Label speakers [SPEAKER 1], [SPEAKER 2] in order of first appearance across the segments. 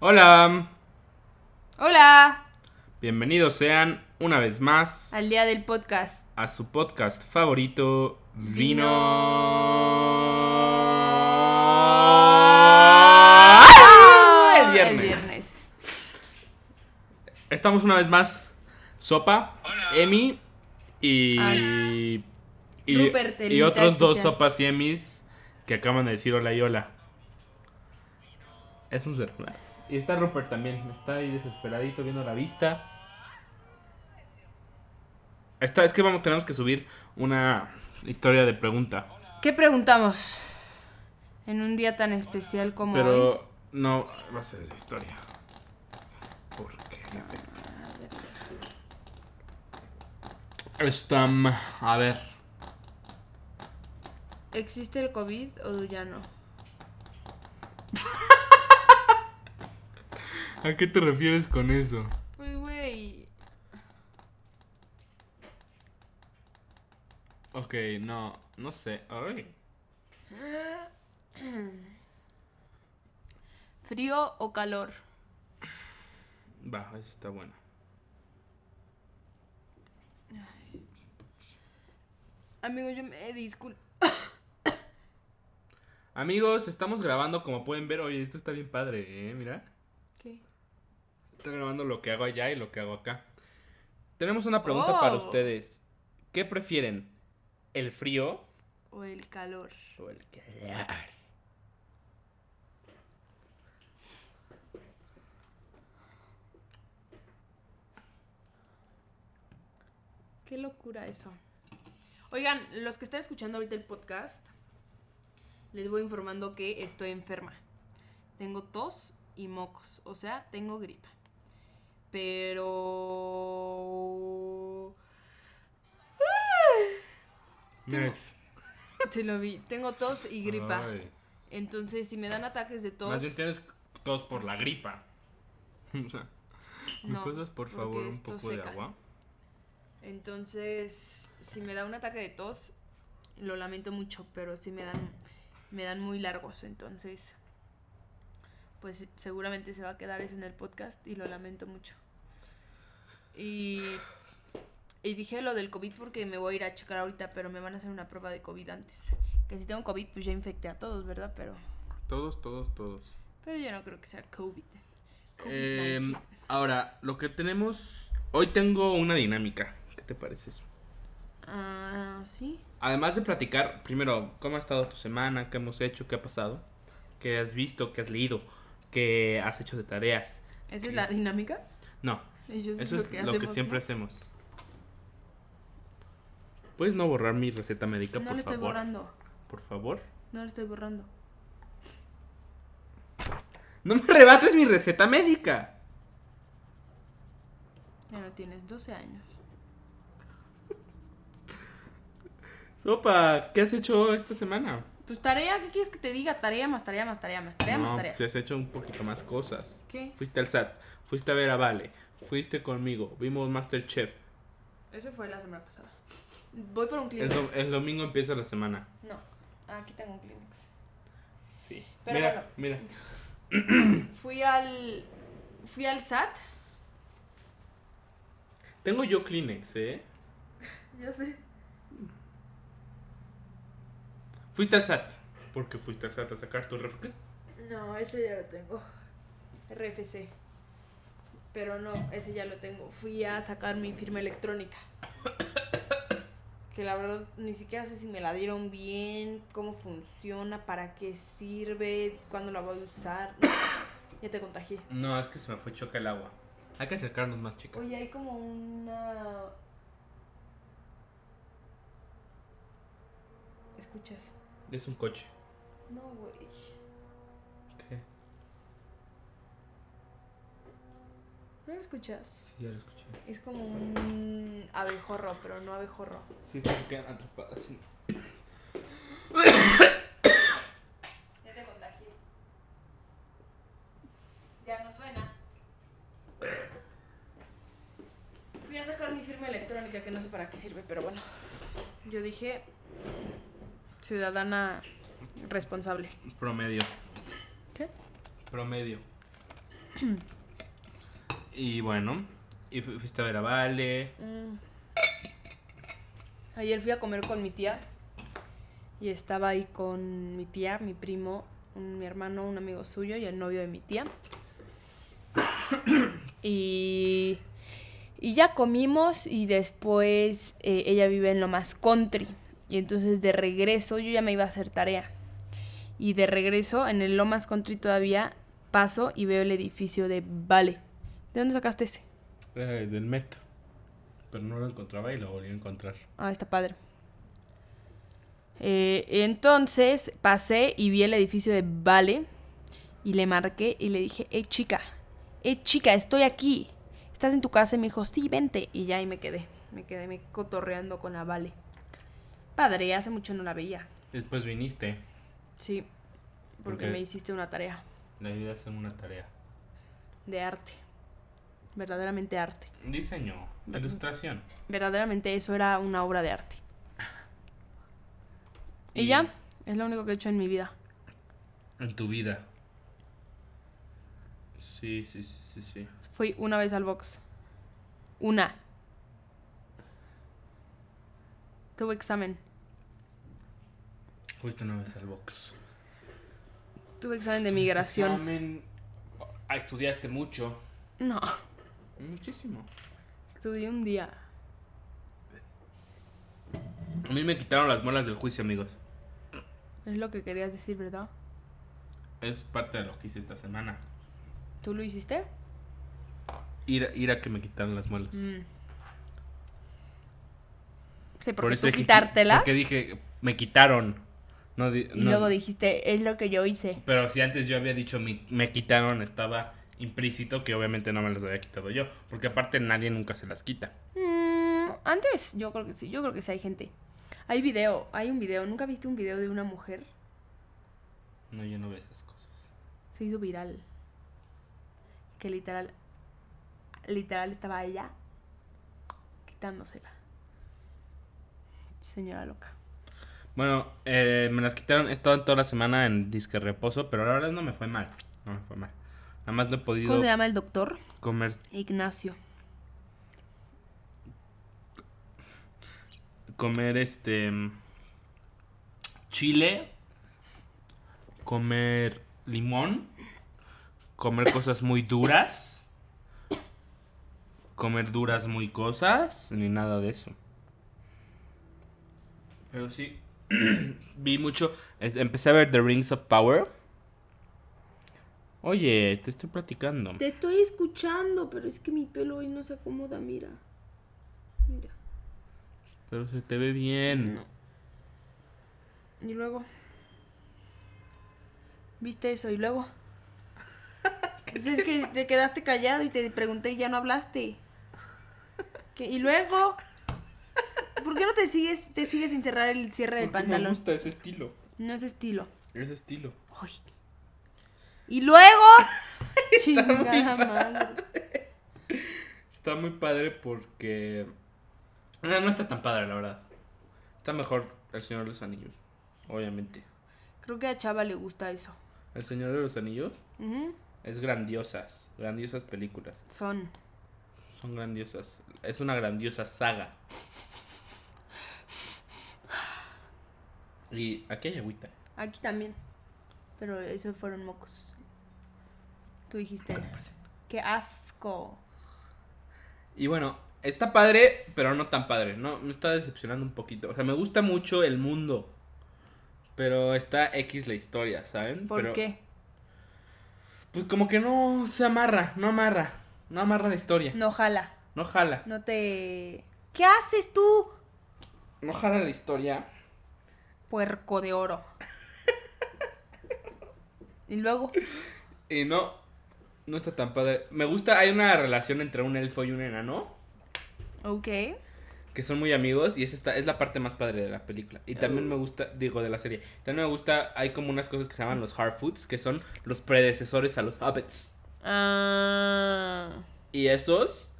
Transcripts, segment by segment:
[SPEAKER 1] Hola,
[SPEAKER 2] Hola,
[SPEAKER 1] bienvenidos sean una vez más
[SPEAKER 2] al día del podcast.
[SPEAKER 1] a su podcast favorito, Vino. Ah, El
[SPEAKER 2] El
[SPEAKER 1] viernes.
[SPEAKER 2] viernes.
[SPEAKER 1] Estamos una vez más, Sopa, Emi y, y,
[SPEAKER 2] Rupert, el
[SPEAKER 1] y
[SPEAKER 2] invitado
[SPEAKER 1] otros dos
[SPEAKER 2] especial.
[SPEAKER 1] Sopas y Emis que acaban de decir hola y hola. Es un celular. Y está Rupert también, está ahí desesperadito viendo la vista. Está, es que vamos, tenemos que subir una historia de pregunta.
[SPEAKER 2] ¿Qué preguntamos? En un día tan especial como
[SPEAKER 1] Pero
[SPEAKER 2] hoy.
[SPEAKER 1] no va a ser esa historia. Porque en efecto.
[SPEAKER 2] Ah,
[SPEAKER 1] Esta, mm, a ver.
[SPEAKER 2] ¿Existe el COVID o ya no?
[SPEAKER 1] ¿A qué te refieres con eso?
[SPEAKER 2] Pues güey,
[SPEAKER 1] Ok, no, no sé. Ay.
[SPEAKER 2] ¿frío o calor?
[SPEAKER 1] Va, esa está buena.
[SPEAKER 2] Amigo, yo me disculpo.
[SPEAKER 1] Amigos, estamos grabando como pueden ver. Oye, esto está bien padre, eh, mira.
[SPEAKER 2] ¿Qué?
[SPEAKER 1] Estoy grabando lo que hago allá y lo que hago acá. Tenemos una pregunta para
[SPEAKER 2] Oh.
[SPEAKER 1] ustedes. ¿Qué prefieren? ¿El frío
[SPEAKER 2] ¿O el calor?
[SPEAKER 1] o el calor?
[SPEAKER 2] Qué locura eso. Oigan, los que están escuchando ahorita el podcast, les voy informando que estoy enferma. Tengo tos y mocos, o sea, tengo gripa. Pero...
[SPEAKER 1] Mira
[SPEAKER 2] Tengo
[SPEAKER 1] este.
[SPEAKER 2] Se lo vi, tengo tos y gripa.
[SPEAKER 1] Ay.
[SPEAKER 2] Entonces, si me dan ataques de tos...
[SPEAKER 1] Más bien tienes tos por la gripa. O sea, ¿me
[SPEAKER 2] No,
[SPEAKER 1] pasas por
[SPEAKER 2] porque
[SPEAKER 1] favor un
[SPEAKER 2] esto
[SPEAKER 1] poco de
[SPEAKER 2] seca.
[SPEAKER 1] agua?
[SPEAKER 2] Entonces, si me da un ataque de tos, lo lamento mucho, pero sí me dan, me dan muy largos. Entonces, pues seguramente se va a quedar eso en el podcast y lo lamento mucho. Y, y dije lo del COVID porque me voy a ir a checar ahorita, pero me van a hacer una prueba de COVID antes. Que si tengo COVID, pues ya infecté a todos, ¿verdad? Pero,
[SPEAKER 1] Todos, todos, todos.
[SPEAKER 2] pero yo no creo que sea COVID.
[SPEAKER 1] Eh,
[SPEAKER 2] COVID-19.
[SPEAKER 1] ahora, lo que tenemos... Hoy tengo una dinámica. ¿Qué te parece eso?
[SPEAKER 2] Ah, sí.
[SPEAKER 1] Además de platicar, primero, ¿cómo ha estado tu semana? ¿Qué hemos hecho? ¿Qué ha pasado? ¿Qué has visto? ¿Qué has leído? ¿Qué has hecho de tareas?
[SPEAKER 2] ¿Esa es la dinámica?
[SPEAKER 1] No,
[SPEAKER 2] Y yo sé
[SPEAKER 1] eso es lo que
[SPEAKER 2] hacemos,
[SPEAKER 1] siempre
[SPEAKER 2] ¿no?
[SPEAKER 1] hacemos. ¿Puedes no borrar mi receta médica,
[SPEAKER 2] No
[SPEAKER 1] por
[SPEAKER 2] lo estoy
[SPEAKER 1] favor?
[SPEAKER 2] borrando.
[SPEAKER 1] Por favor.
[SPEAKER 2] No lo estoy borrando.
[SPEAKER 1] No me rebates mi receta médica.
[SPEAKER 2] Ya no tienes 12 años.
[SPEAKER 1] Sopa, ¿qué has hecho esta semana?
[SPEAKER 2] Pues tarea, ¿qué quieres que te diga? Tarea más tarea más tarea más tarea más
[SPEAKER 1] no, pues,
[SPEAKER 2] tarea.
[SPEAKER 1] si has hecho un poquito más cosas.
[SPEAKER 2] ¿Qué?
[SPEAKER 1] Fuiste al SAT, fuiste a ver a Vale, fuiste conmigo, vimos Masterchef.
[SPEAKER 2] Eso fue la semana pasada. Voy por un
[SPEAKER 1] El,
[SPEAKER 2] Kleenex.
[SPEAKER 1] do- el domingo empieza la semana.
[SPEAKER 2] No. Ah, aquí tengo un Kleenex.
[SPEAKER 1] Sí.
[SPEAKER 2] Pero
[SPEAKER 1] mira,
[SPEAKER 2] bueno.
[SPEAKER 1] mira.
[SPEAKER 2] Fui al fui al SAT.
[SPEAKER 1] Tengo yo Kleenex, ¿eh?
[SPEAKER 2] Ya sé.
[SPEAKER 1] Fuiste al SAT. Porque fuiste al SAT a sacar tu refri.
[SPEAKER 2] No, ese ya lo tengo. RFC. Pero no, ese ya lo tengo. Fui a sacar mi firma electrónica. Que la verdad ni siquiera sé si me la dieron bien, cómo funciona, para qué sirve, cuándo la voy a usar. No, ya te contagié.
[SPEAKER 1] No, es que se me fue choca el agua. Hay que acercarnos más, chicas.
[SPEAKER 2] Oye, hay como una... ¿Escuchas?
[SPEAKER 1] Es un coche.
[SPEAKER 2] No, güey.
[SPEAKER 1] ¿Qué?
[SPEAKER 2] ¿No lo escuchas?
[SPEAKER 1] Sí, ya lo escuché.
[SPEAKER 2] Es como un abejorro, pero no abejorro.
[SPEAKER 1] Sí, se quedan atrapadas. sí.
[SPEAKER 2] Ya te contagié. Ya no suena. Fui a sacar mi firma electrónica que no sé para qué sirve, pero bueno. Yo dije ciudadana responsable.
[SPEAKER 1] Promedio.
[SPEAKER 2] ¿Qué?
[SPEAKER 1] Promedio. Y bueno, y fu- fuiste a ver a Vale.
[SPEAKER 2] Mm. Ayer fui a comer con mi tía y estaba ahí con mi tía, mi primo, un- mi hermano, un amigo suyo y el novio de mi tía. y, y ya comimos y después eh, ella vive en lo más country. Y entonces de regreso yo ya me iba a hacer tarea. Y de regreso en el Lomas Country todavía paso y veo el edificio de Vale. ¿De dónde sacaste ese?
[SPEAKER 1] Era del metro. Pero no lo encontraba y lo volví a encontrar.
[SPEAKER 2] Ah, está padre. Eh, entonces pasé y vi el edificio de Vale y le marqué y le dije, eh chica, eh chica, estoy aquí. ¿Estás en tu casa? Y me dijo, sí, vente. Y ya ahí me quedé. Me quedé me cotorreando con la Vale. Padre, hace mucho no la veía.
[SPEAKER 1] Después viniste.
[SPEAKER 2] Sí, porque
[SPEAKER 1] Ok.
[SPEAKER 2] me hiciste una tarea
[SPEAKER 1] La idea es hacer una tarea.
[SPEAKER 2] de arte. Verdaderamente arte.
[SPEAKER 1] Diseño,
[SPEAKER 2] Ujú.
[SPEAKER 1] ilustración.
[SPEAKER 2] Verdaderamente eso era una obra de arte. Y,
[SPEAKER 1] Y-
[SPEAKER 2] ya, es lo único que he hecho en mi vida.
[SPEAKER 1] En tu vida. Sí, sí, sí, sí, sí.
[SPEAKER 2] Fui una vez al box. Una. Tuve examen.
[SPEAKER 1] Fuiste una vez al box.
[SPEAKER 2] Tuve examen de migración.
[SPEAKER 1] Este Examen. Ah, Estudiaste mucho.
[SPEAKER 2] No,
[SPEAKER 1] Muchísimo.
[SPEAKER 2] estudié un día.
[SPEAKER 1] A mí me quitaron las muelas del juicio, amigos.
[SPEAKER 2] Es lo que querías decir, ¿verdad?
[SPEAKER 1] Es parte de lo que hice esta semana.
[SPEAKER 2] ¿Tú lo hiciste?
[SPEAKER 1] Ir, a- ir a que me quitaran las muelas.
[SPEAKER 2] Mm. Sí, porque
[SPEAKER 1] Por eso
[SPEAKER 2] tú
[SPEAKER 1] dije-
[SPEAKER 2] quitártelas.
[SPEAKER 1] Porque dije, me quitaron. No, di-
[SPEAKER 2] Y
[SPEAKER 1] no-
[SPEAKER 2] luego dijiste, es lo que yo hice.
[SPEAKER 1] Pero si antes yo había dicho mi- me quitaron, estaba implícito que obviamente no me las había quitado yo. Porque aparte nadie nunca se las quita.
[SPEAKER 2] Mm, antes, yo creo que sí, yo creo que sí hay gente. Hay video, hay un video. ¿Nunca viste un video de una mujer?
[SPEAKER 1] No, yo no veo esas cosas.
[SPEAKER 2] se hizo viral. Que literal, literal estaba ella quitándosela. Señora loca.
[SPEAKER 1] Bueno, eh, me las quitaron. He estado toda la semana en disque reposo, pero la verdad no me fue mal. No me fue mal. Nada más no he
[SPEAKER 2] ¿Cómo
[SPEAKER 1] podido
[SPEAKER 2] se llama el doctor?
[SPEAKER 1] comer.
[SPEAKER 2] Ignacio.
[SPEAKER 1] Comer este. mm, Chile. Comer limón. Comer cosas muy duras. Comer duras muy cosas. Ni nada de eso. Pero sí. vi mucho. es- empecé a ver The Rings of Power. Oye, te estoy platicando.
[SPEAKER 2] Te estoy escuchando, pero es que mi pelo hoy no se acomoda, mira. Mira.
[SPEAKER 1] Pero se te ve bien.
[SPEAKER 2] Y luego. ¿Viste eso? Y luego. Pues es que te quedaste callado y te pregunté y ya no hablaste. ¿Qué? ¿Y luego? ¿Por qué no te sigues, te sigues sin cerrar el cierre del pantalón?
[SPEAKER 1] ese estilo.
[SPEAKER 2] No es estilo.
[SPEAKER 1] Ese estilo.
[SPEAKER 2] Ay. ¿Y luego? Chingada
[SPEAKER 1] muy
[SPEAKER 2] madre.
[SPEAKER 1] Está muy padre porque. No, no está tan padre, la verdad. Está mejor El Señor de los Anillos. Obviamente.
[SPEAKER 2] Creo que a Chava le gusta eso.
[SPEAKER 1] El Señor de los Anillos
[SPEAKER 2] Ujú.
[SPEAKER 1] es grandiosas. Grandiosas películas.
[SPEAKER 2] Son.
[SPEAKER 1] Son grandiosas. Es una grandiosa saga. Y aquí hay agüita.
[SPEAKER 2] Aquí también. Pero esos fueron mocos. Tú dijiste. ¡Qué asco!
[SPEAKER 1] Y bueno, está padre, pero no tan padre. No, me está decepcionando un poquito. O sea, me gusta mucho el mundo. Pero está X la historia, ¿saben?
[SPEAKER 2] ¿Por
[SPEAKER 1] Pero-
[SPEAKER 2] qué?
[SPEAKER 1] Pues como que no se amarra, no amarra. No amarra la historia. No,
[SPEAKER 2] No jala.
[SPEAKER 1] jala.
[SPEAKER 2] No te. ¿Qué haces tú?
[SPEAKER 1] No jala la historia.
[SPEAKER 2] Puerco de oro. y luego.
[SPEAKER 1] Y no. No está tan padre. Me gusta, hay una relación entre un elfo y un enano.
[SPEAKER 2] Ok.
[SPEAKER 1] Que son muy amigos. Y es esta, es la parte más padre de la película. Y también
[SPEAKER 2] Oh.
[SPEAKER 1] me gusta, digo, de la serie. También me gusta, hay como unas cosas que se llaman los hard foods, que son los predecesores a los hobbits.
[SPEAKER 2] Ah,
[SPEAKER 1] Y esos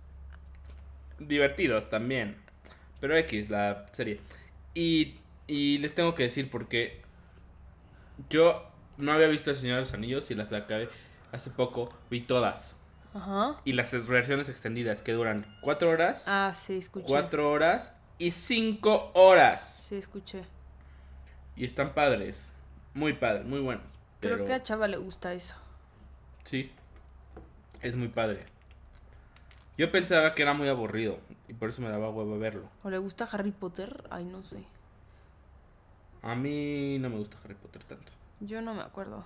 [SPEAKER 1] divertidos también. Pero X, la serie. Y, y les tengo que decir porque yo no había visto El Señor de los Anillos y las acabé hace poco. Vi todas.
[SPEAKER 2] Ajá.
[SPEAKER 1] y las versiones extendidas que duran 4 horas,
[SPEAKER 2] Ah, sí, escuché.
[SPEAKER 1] 4 horas y 5 horas.
[SPEAKER 2] Sí, escuché.
[SPEAKER 1] Y están padres, muy padres, muy buenos.
[SPEAKER 2] Creo
[SPEAKER 1] pero
[SPEAKER 2] que a Chava le gusta eso.
[SPEAKER 1] sí, es muy padre. Yo pensaba que era muy aburrido y por eso me daba huevo verlo.
[SPEAKER 2] ¿O le gusta Harry Potter? Ay, no sé.
[SPEAKER 1] A mí no me gusta Harry Potter tanto.
[SPEAKER 2] Yo no me acuerdo.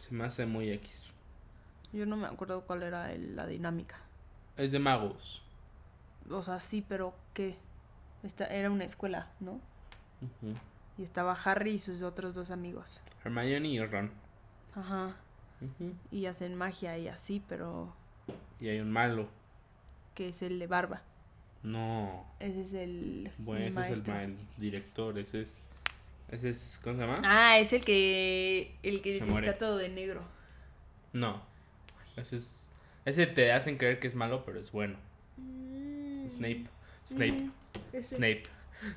[SPEAKER 1] Se me hace muy X.
[SPEAKER 2] Yo no me acuerdo cuál era el- la dinámica.
[SPEAKER 1] Es de magos.
[SPEAKER 2] O sea, sí, pero ¿qué? Esta, era una escuela, ¿no?
[SPEAKER 1] Ujú.
[SPEAKER 2] Y estaba Harry y sus otros dos amigos.
[SPEAKER 1] Hermione y Ron.
[SPEAKER 2] Ajá.
[SPEAKER 1] Ujú.
[SPEAKER 2] Y hacen magia y así, pero
[SPEAKER 1] Y hay un malo.
[SPEAKER 2] que es el de barba.
[SPEAKER 1] No.
[SPEAKER 2] Ese es el
[SPEAKER 1] Bueno, ese es el,
[SPEAKER 2] maestro.
[SPEAKER 1] ma- el director. Ese es. Ese es. ¿Cómo se llama?
[SPEAKER 2] Ah, es el que el que
[SPEAKER 1] Se
[SPEAKER 2] está
[SPEAKER 1] muere.
[SPEAKER 2] todo de negro.
[SPEAKER 1] No. Ese es. Ese te hacen creer que es malo, pero es bueno.
[SPEAKER 2] Mm.
[SPEAKER 1] Snape. Snape. Snape.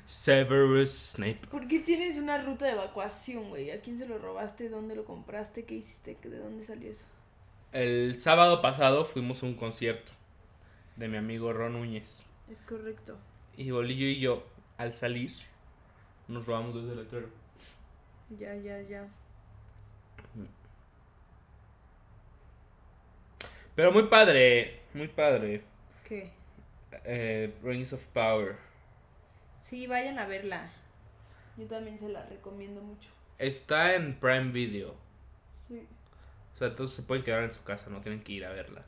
[SPEAKER 1] Severus Snape.
[SPEAKER 2] ¿Por qué tienes una ruta de evacuación, güey? ¿A quién se lo robaste? ¿Dónde lo compraste? ¿Qué hiciste? ¿De dónde salió eso?
[SPEAKER 1] El sábado pasado fuimos a un concierto de mi amigo Ron Núñez.
[SPEAKER 2] Es correcto.
[SPEAKER 1] Y Bolillo y yo, al salir, nos robamos desde el letrero.
[SPEAKER 2] Ya, ya, ya.
[SPEAKER 1] Pero muy padre, muy padre.
[SPEAKER 2] ¿Qué?
[SPEAKER 1] Eh, Rings of Power.
[SPEAKER 2] Sí, vayan a verla. Yo también se la recomiendo mucho.
[SPEAKER 1] Está en Prime Video.
[SPEAKER 2] Sí.
[SPEAKER 1] O sea, entonces se pueden quedar en su casa, no tienen que ir a verla.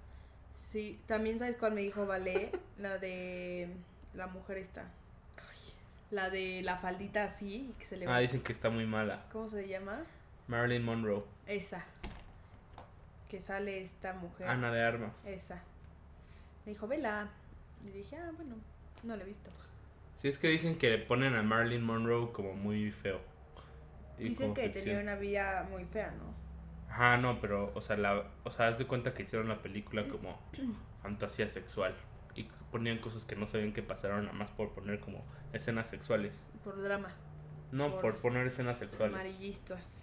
[SPEAKER 2] Sí, también sabes cuál me dijo Vale, la de la mujer esta. Ay, La de la faldita así y que se le
[SPEAKER 1] Ah, dicen que está muy mala.
[SPEAKER 2] ¿Cómo se llama?
[SPEAKER 1] Marilyn Monroe.
[SPEAKER 2] Esa. Que sale esta mujer.
[SPEAKER 1] Ana de Armas.
[SPEAKER 2] Esa. Me dijo, vela. Y dije, ah, bueno, no la he visto.
[SPEAKER 1] Sí, es que dicen que le ponen a Marilyn Monroe como muy feo. Y
[SPEAKER 2] Dicen
[SPEAKER 1] como
[SPEAKER 2] que
[SPEAKER 1] ficción.
[SPEAKER 2] tenía una vida muy fea, ¿no?
[SPEAKER 1] Ajá, no, pero, o sea, la, o sea, haz de cuenta que hicieron la película como fantasía sexual. Y ponían cosas que no sabían que pasaron, nada más por poner como escenas sexuales.
[SPEAKER 2] Por drama.
[SPEAKER 1] No, por,
[SPEAKER 2] Por-
[SPEAKER 1] poner escenas
[SPEAKER 2] Por
[SPEAKER 1] sexuales.
[SPEAKER 2] amarillistas.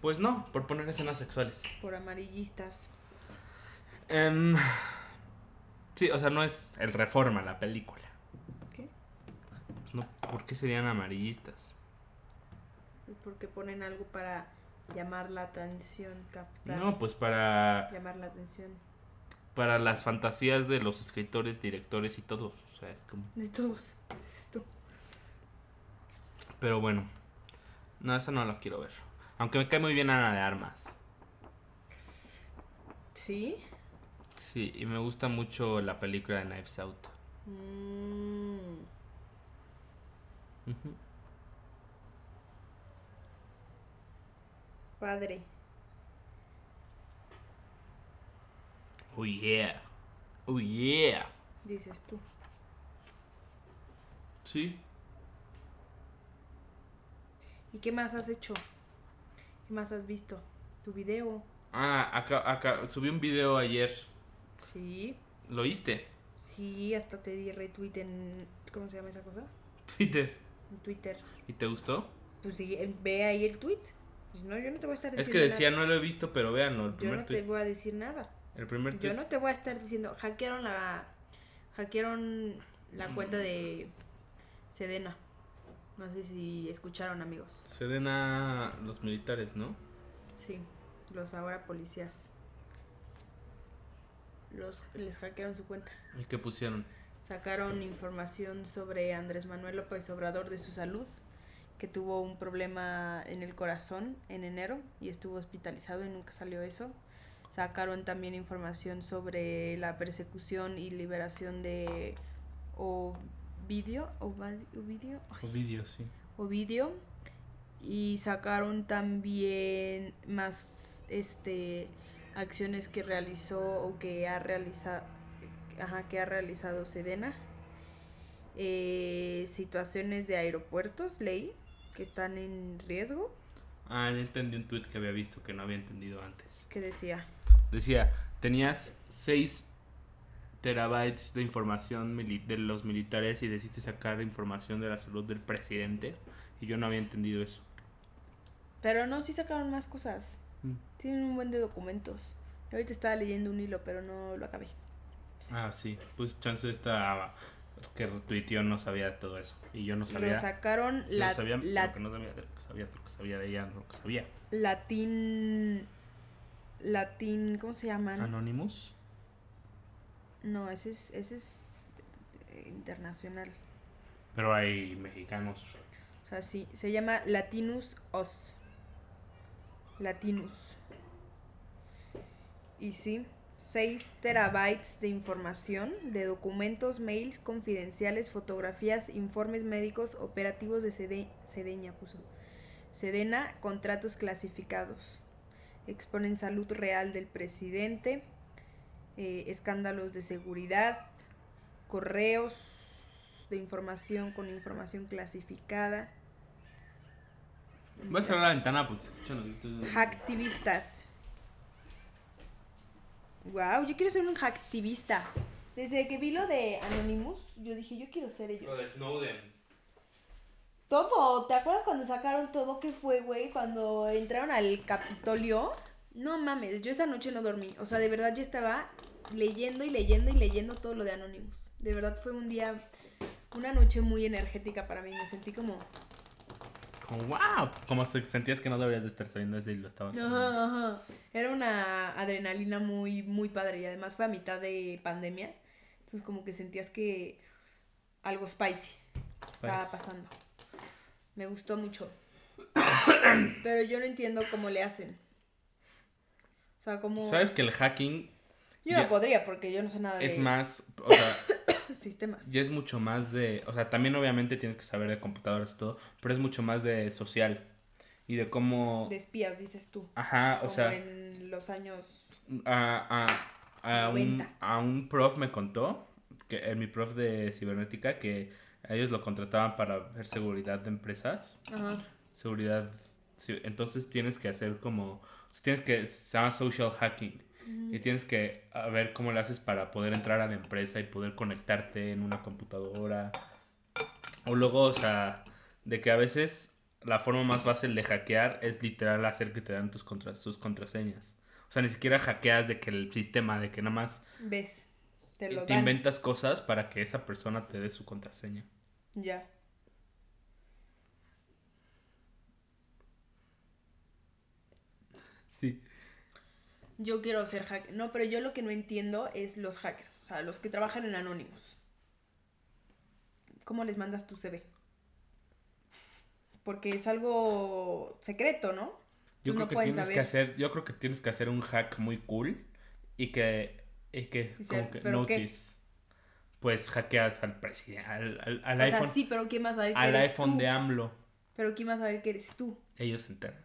[SPEAKER 1] Pues no, por poner escenas sexuales.
[SPEAKER 2] Por amarillistas.
[SPEAKER 1] Em, sí, o sea, no es el reforma la película. Pues
[SPEAKER 2] ¿Qué?
[SPEAKER 1] No, ¿Por qué serían amarillistas?
[SPEAKER 2] Porque ponen algo para llamar la atención, captar.
[SPEAKER 1] No, pues para
[SPEAKER 2] Llamar la atención
[SPEAKER 1] para las fantasías de los escritores, directores y todos. O sea, es como...
[SPEAKER 2] de todos. Es esto.
[SPEAKER 1] Pero bueno. No, esa no la quiero ver. Aunque me cae muy bien Ana de Armas.
[SPEAKER 2] ¿Sí?
[SPEAKER 1] Sí, y me gusta mucho la película de Knives Out.
[SPEAKER 2] Mm.
[SPEAKER 1] Ujú.
[SPEAKER 2] Padre.
[SPEAKER 1] Oh yeah. Oh yeah.
[SPEAKER 2] Dices tú.
[SPEAKER 1] Sí.
[SPEAKER 2] ¿Y qué más has hecho? ¿Qué más has visto? ¿Tu video?
[SPEAKER 1] Ah, acá, acá, subí un video ayer.
[SPEAKER 2] Sí.
[SPEAKER 1] ¿Lo oíste?
[SPEAKER 2] Sí, hasta te di retweet en... ¿Cómo se llama esa cosa?
[SPEAKER 1] Twitter.
[SPEAKER 2] En Twitter.
[SPEAKER 1] ¿Y te gustó?
[SPEAKER 2] Pues sí, eh, ve ahí el tweet. Pues no, yo no te voy a estar
[SPEAKER 1] Es
[SPEAKER 2] diciendo
[SPEAKER 1] que decía,
[SPEAKER 2] nada.
[SPEAKER 1] no lo he visto, pero véanlo. El
[SPEAKER 2] Yo no
[SPEAKER 1] primer
[SPEAKER 2] te
[SPEAKER 1] tweet.
[SPEAKER 2] voy a decir nada.
[SPEAKER 1] El primer
[SPEAKER 2] Yo
[SPEAKER 1] tweet.
[SPEAKER 2] no te voy a estar diciendo... Hackearon la... Hackearon la cuenta de Sedena. No sé si escucharon, amigos.
[SPEAKER 1] Se den a los militares, ¿no?
[SPEAKER 2] Sí, los ahora policías. Los, les hackearon su cuenta.
[SPEAKER 1] ¿Y qué pusieron?
[SPEAKER 2] Sacaron información sobre Andrés Manuel López Obrador de su salud, que tuvo un problema en el corazón en enero y estuvo hospitalizado y nunca salió eso. Sacaron también información sobre la persecución y liberación de Ovidio, Ovad- Ovidio,
[SPEAKER 1] Los vídeos, sí.
[SPEAKER 2] Ovidio y sacaron también más este acciones que realizó o que ha realizado ajá, que ha realizado Sedena Eh, situaciones de aeropuertos ley que están en riesgo
[SPEAKER 1] Ah, ya entendí un tweet que había visto que no había entendido antes.
[SPEAKER 2] que decía
[SPEAKER 1] Decía, tenías 6 terabytes de información mili- de los militares y decidiste sacar información de la salud del presidente. Y yo no había entendido eso.
[SPEAKER 2] pero no sí sacaron más cosas
[SPEAKER 1] Mm.
[SPEAKER 2] tienen un buen de documentos Ahorita estaba leyendo un hilo, pero no lo acabé.
[SPEAKER 1] Ah, sí. Pues chance esta que retuiteó no sabía todo eso. Y yo no
[SPEAKER 2] Lo
[SPEAKER 1] sabía.
[SPEAKER 2] sacaron
[SPEAKER 1] Yo
[SPEAKER 2] la,
[SPEAKER 1] no sabía
[SPEAKER 2] la-
[SPEAKER 1] lo que no sabía de lo que sabía, de lo que sabía de ella, de lo que sabía.
[SPEAKER 2] Latin. Latin. ¿Cómo se llaman?
[SPEAKER 1] Anonymous.
[SPEAKER 2] No, ese es, ese es eh, internacional.
[SPEAKER 1] Pero hay mexicanos.
[SPEAKER 2] O sea, sí. Se llama Latinus Os. Latinus. Y sí, 6 terabytes de información, de documentos, mails confidenciales, fotografías, informes médicos, operativos de Sede- Sedeña, puso. Sedena, contratos clasificados. Exponen salud real del presidente, eh, escándalos de seguridad, correos de información con información clasificada.
[SPEAKER 1] Voy a cerrar la ventana pues, porque se escuchan los gritos de-
[SPEAKER 2] Hacktivistas. Wow, yo quiero ser un hacktivista. Desde que vi lo de Anonymous, yo dije, yo quiero ser ellos.
[SPEAKER 1] Lo de Snowden.
[SPEAKER 2] Todo, ¿te acuerdas cuando sacaron todo que fue, güey? Cuando entraron al Capitolio. No mames, yo esa noche no dormí. O sea, de verdad yo estaba leyendo y leyendo y leyendo todo lo de Anonymous. De verdad fue un día, una noche muy energética para mí. Me sentí como...
[SPEAKER 1] Como, wow. Como se- sentías que no deberías de estar saliendo ese y lo estabas. saliendo.
[SPEAKER 2] Ajá, ajá. Era una adrenalina muy, muy padre y además fue a mitad de pandemia. Entonces como que sentías que algo spicy estaba
[SPEAKER 1] Pues,
[SPEAKER 2] pasando. Me gustó mucho. Pero yo no entiendo cómo le hacen. O sea, como...
[SPEAKER 1] Sabes que el hacking
[SPEAKER 2] Yo no
[SPEAKER 1] ya-
[SPEAKER 2] podría porque yo no sé nada de
[SPEAKER 1] es más. O sea,
[SPEAKER 2] sistemas.
[SPEAKER 1] ya es mucho más de, o sea, también obviamente tienes que saber de computadoras y todo, pero es mucho más de social y de cómo,
[SPEAKER 2] De espías, dices tú.
[SPEAKER 1] ajá, Ah, o
[SPEAKER 2] como
[SPEAKER 1] sea,
[SPEAKER 2] en los años...
[SPEAKER 1] a, a, a un,
[SPEAKER 2] 90.
[SPEAKER 1] a un prof me contó, que eh, mi prof de cibernética, que a ellos lo contrataban para ver seguridad de empresas,
[SPEAKER 2] Ajá.
[SPEAKER 1] seguridad, sí, entonces tienes que hacer como, tienes que, se llama social hacking.
[SPEAKER 2] mm,
[SPEAKER 1] Y tienes que a ver cómo lo haces para poder entrar a la empresa y poder conectarte en una computadora. O luego, o sea, de que a veces la forma más fácil de hackear es literal hacer que te dan tus contra- sus contraseñas. O sea, ni siquiera hackeas de que el sistema, de que nada más
[SPEAKER 2] Ves. Te
[SPEAKER 1] te,
[SPEAKER 2] lo dan.
[SPEAKER 1] inventas cosas para que esa persona te dé su contraseña.
[SPEAKER 2] Ya.
[SPEAKER 1] Sí.
[SPEAKER 2] Yo quiero ser hacker. No, pero yo lo que no entiendo es los hackers, o sea, los que trabajan en Anonymous. ¿Cómo les mandas tu CV? Porque es algo secreto, ¿no?
[SPEAKER 1] Yo creo
[SPEAKER 2] Pues no
[SPEAKER 1] que
[SPEAKER 2] pueden
[SPEAKER 1] tienes que
[SPEAKER 2] saber.
[SPEAKER 1] hacer, yo creo que tienes que hacer un hack muy cool y que, y que,
[SPEAKER 2] Y ser-
[SPEAKER 1] como que
[SPEAKER 2] ¿pero qué?
[SPEAKER 1] notice. Pues hackeas al presidente, al, al- al
[SPEAKER 2] o
[SPEAKER 1] iPhone,
[SPEAKER 2] sea, sí, pero ¿quién va a saber que
[SPEAKER 1] al
[SPEAKER 2] eres
[SPEAKER 1] iPhone
[SPEAKER 2] tú?
[SPEAKER 1] de AMLO.
[SPEAKER 2] Pero ¿quién va a saber que eres tú?
[SPEAKER 1] Ellos se enteran.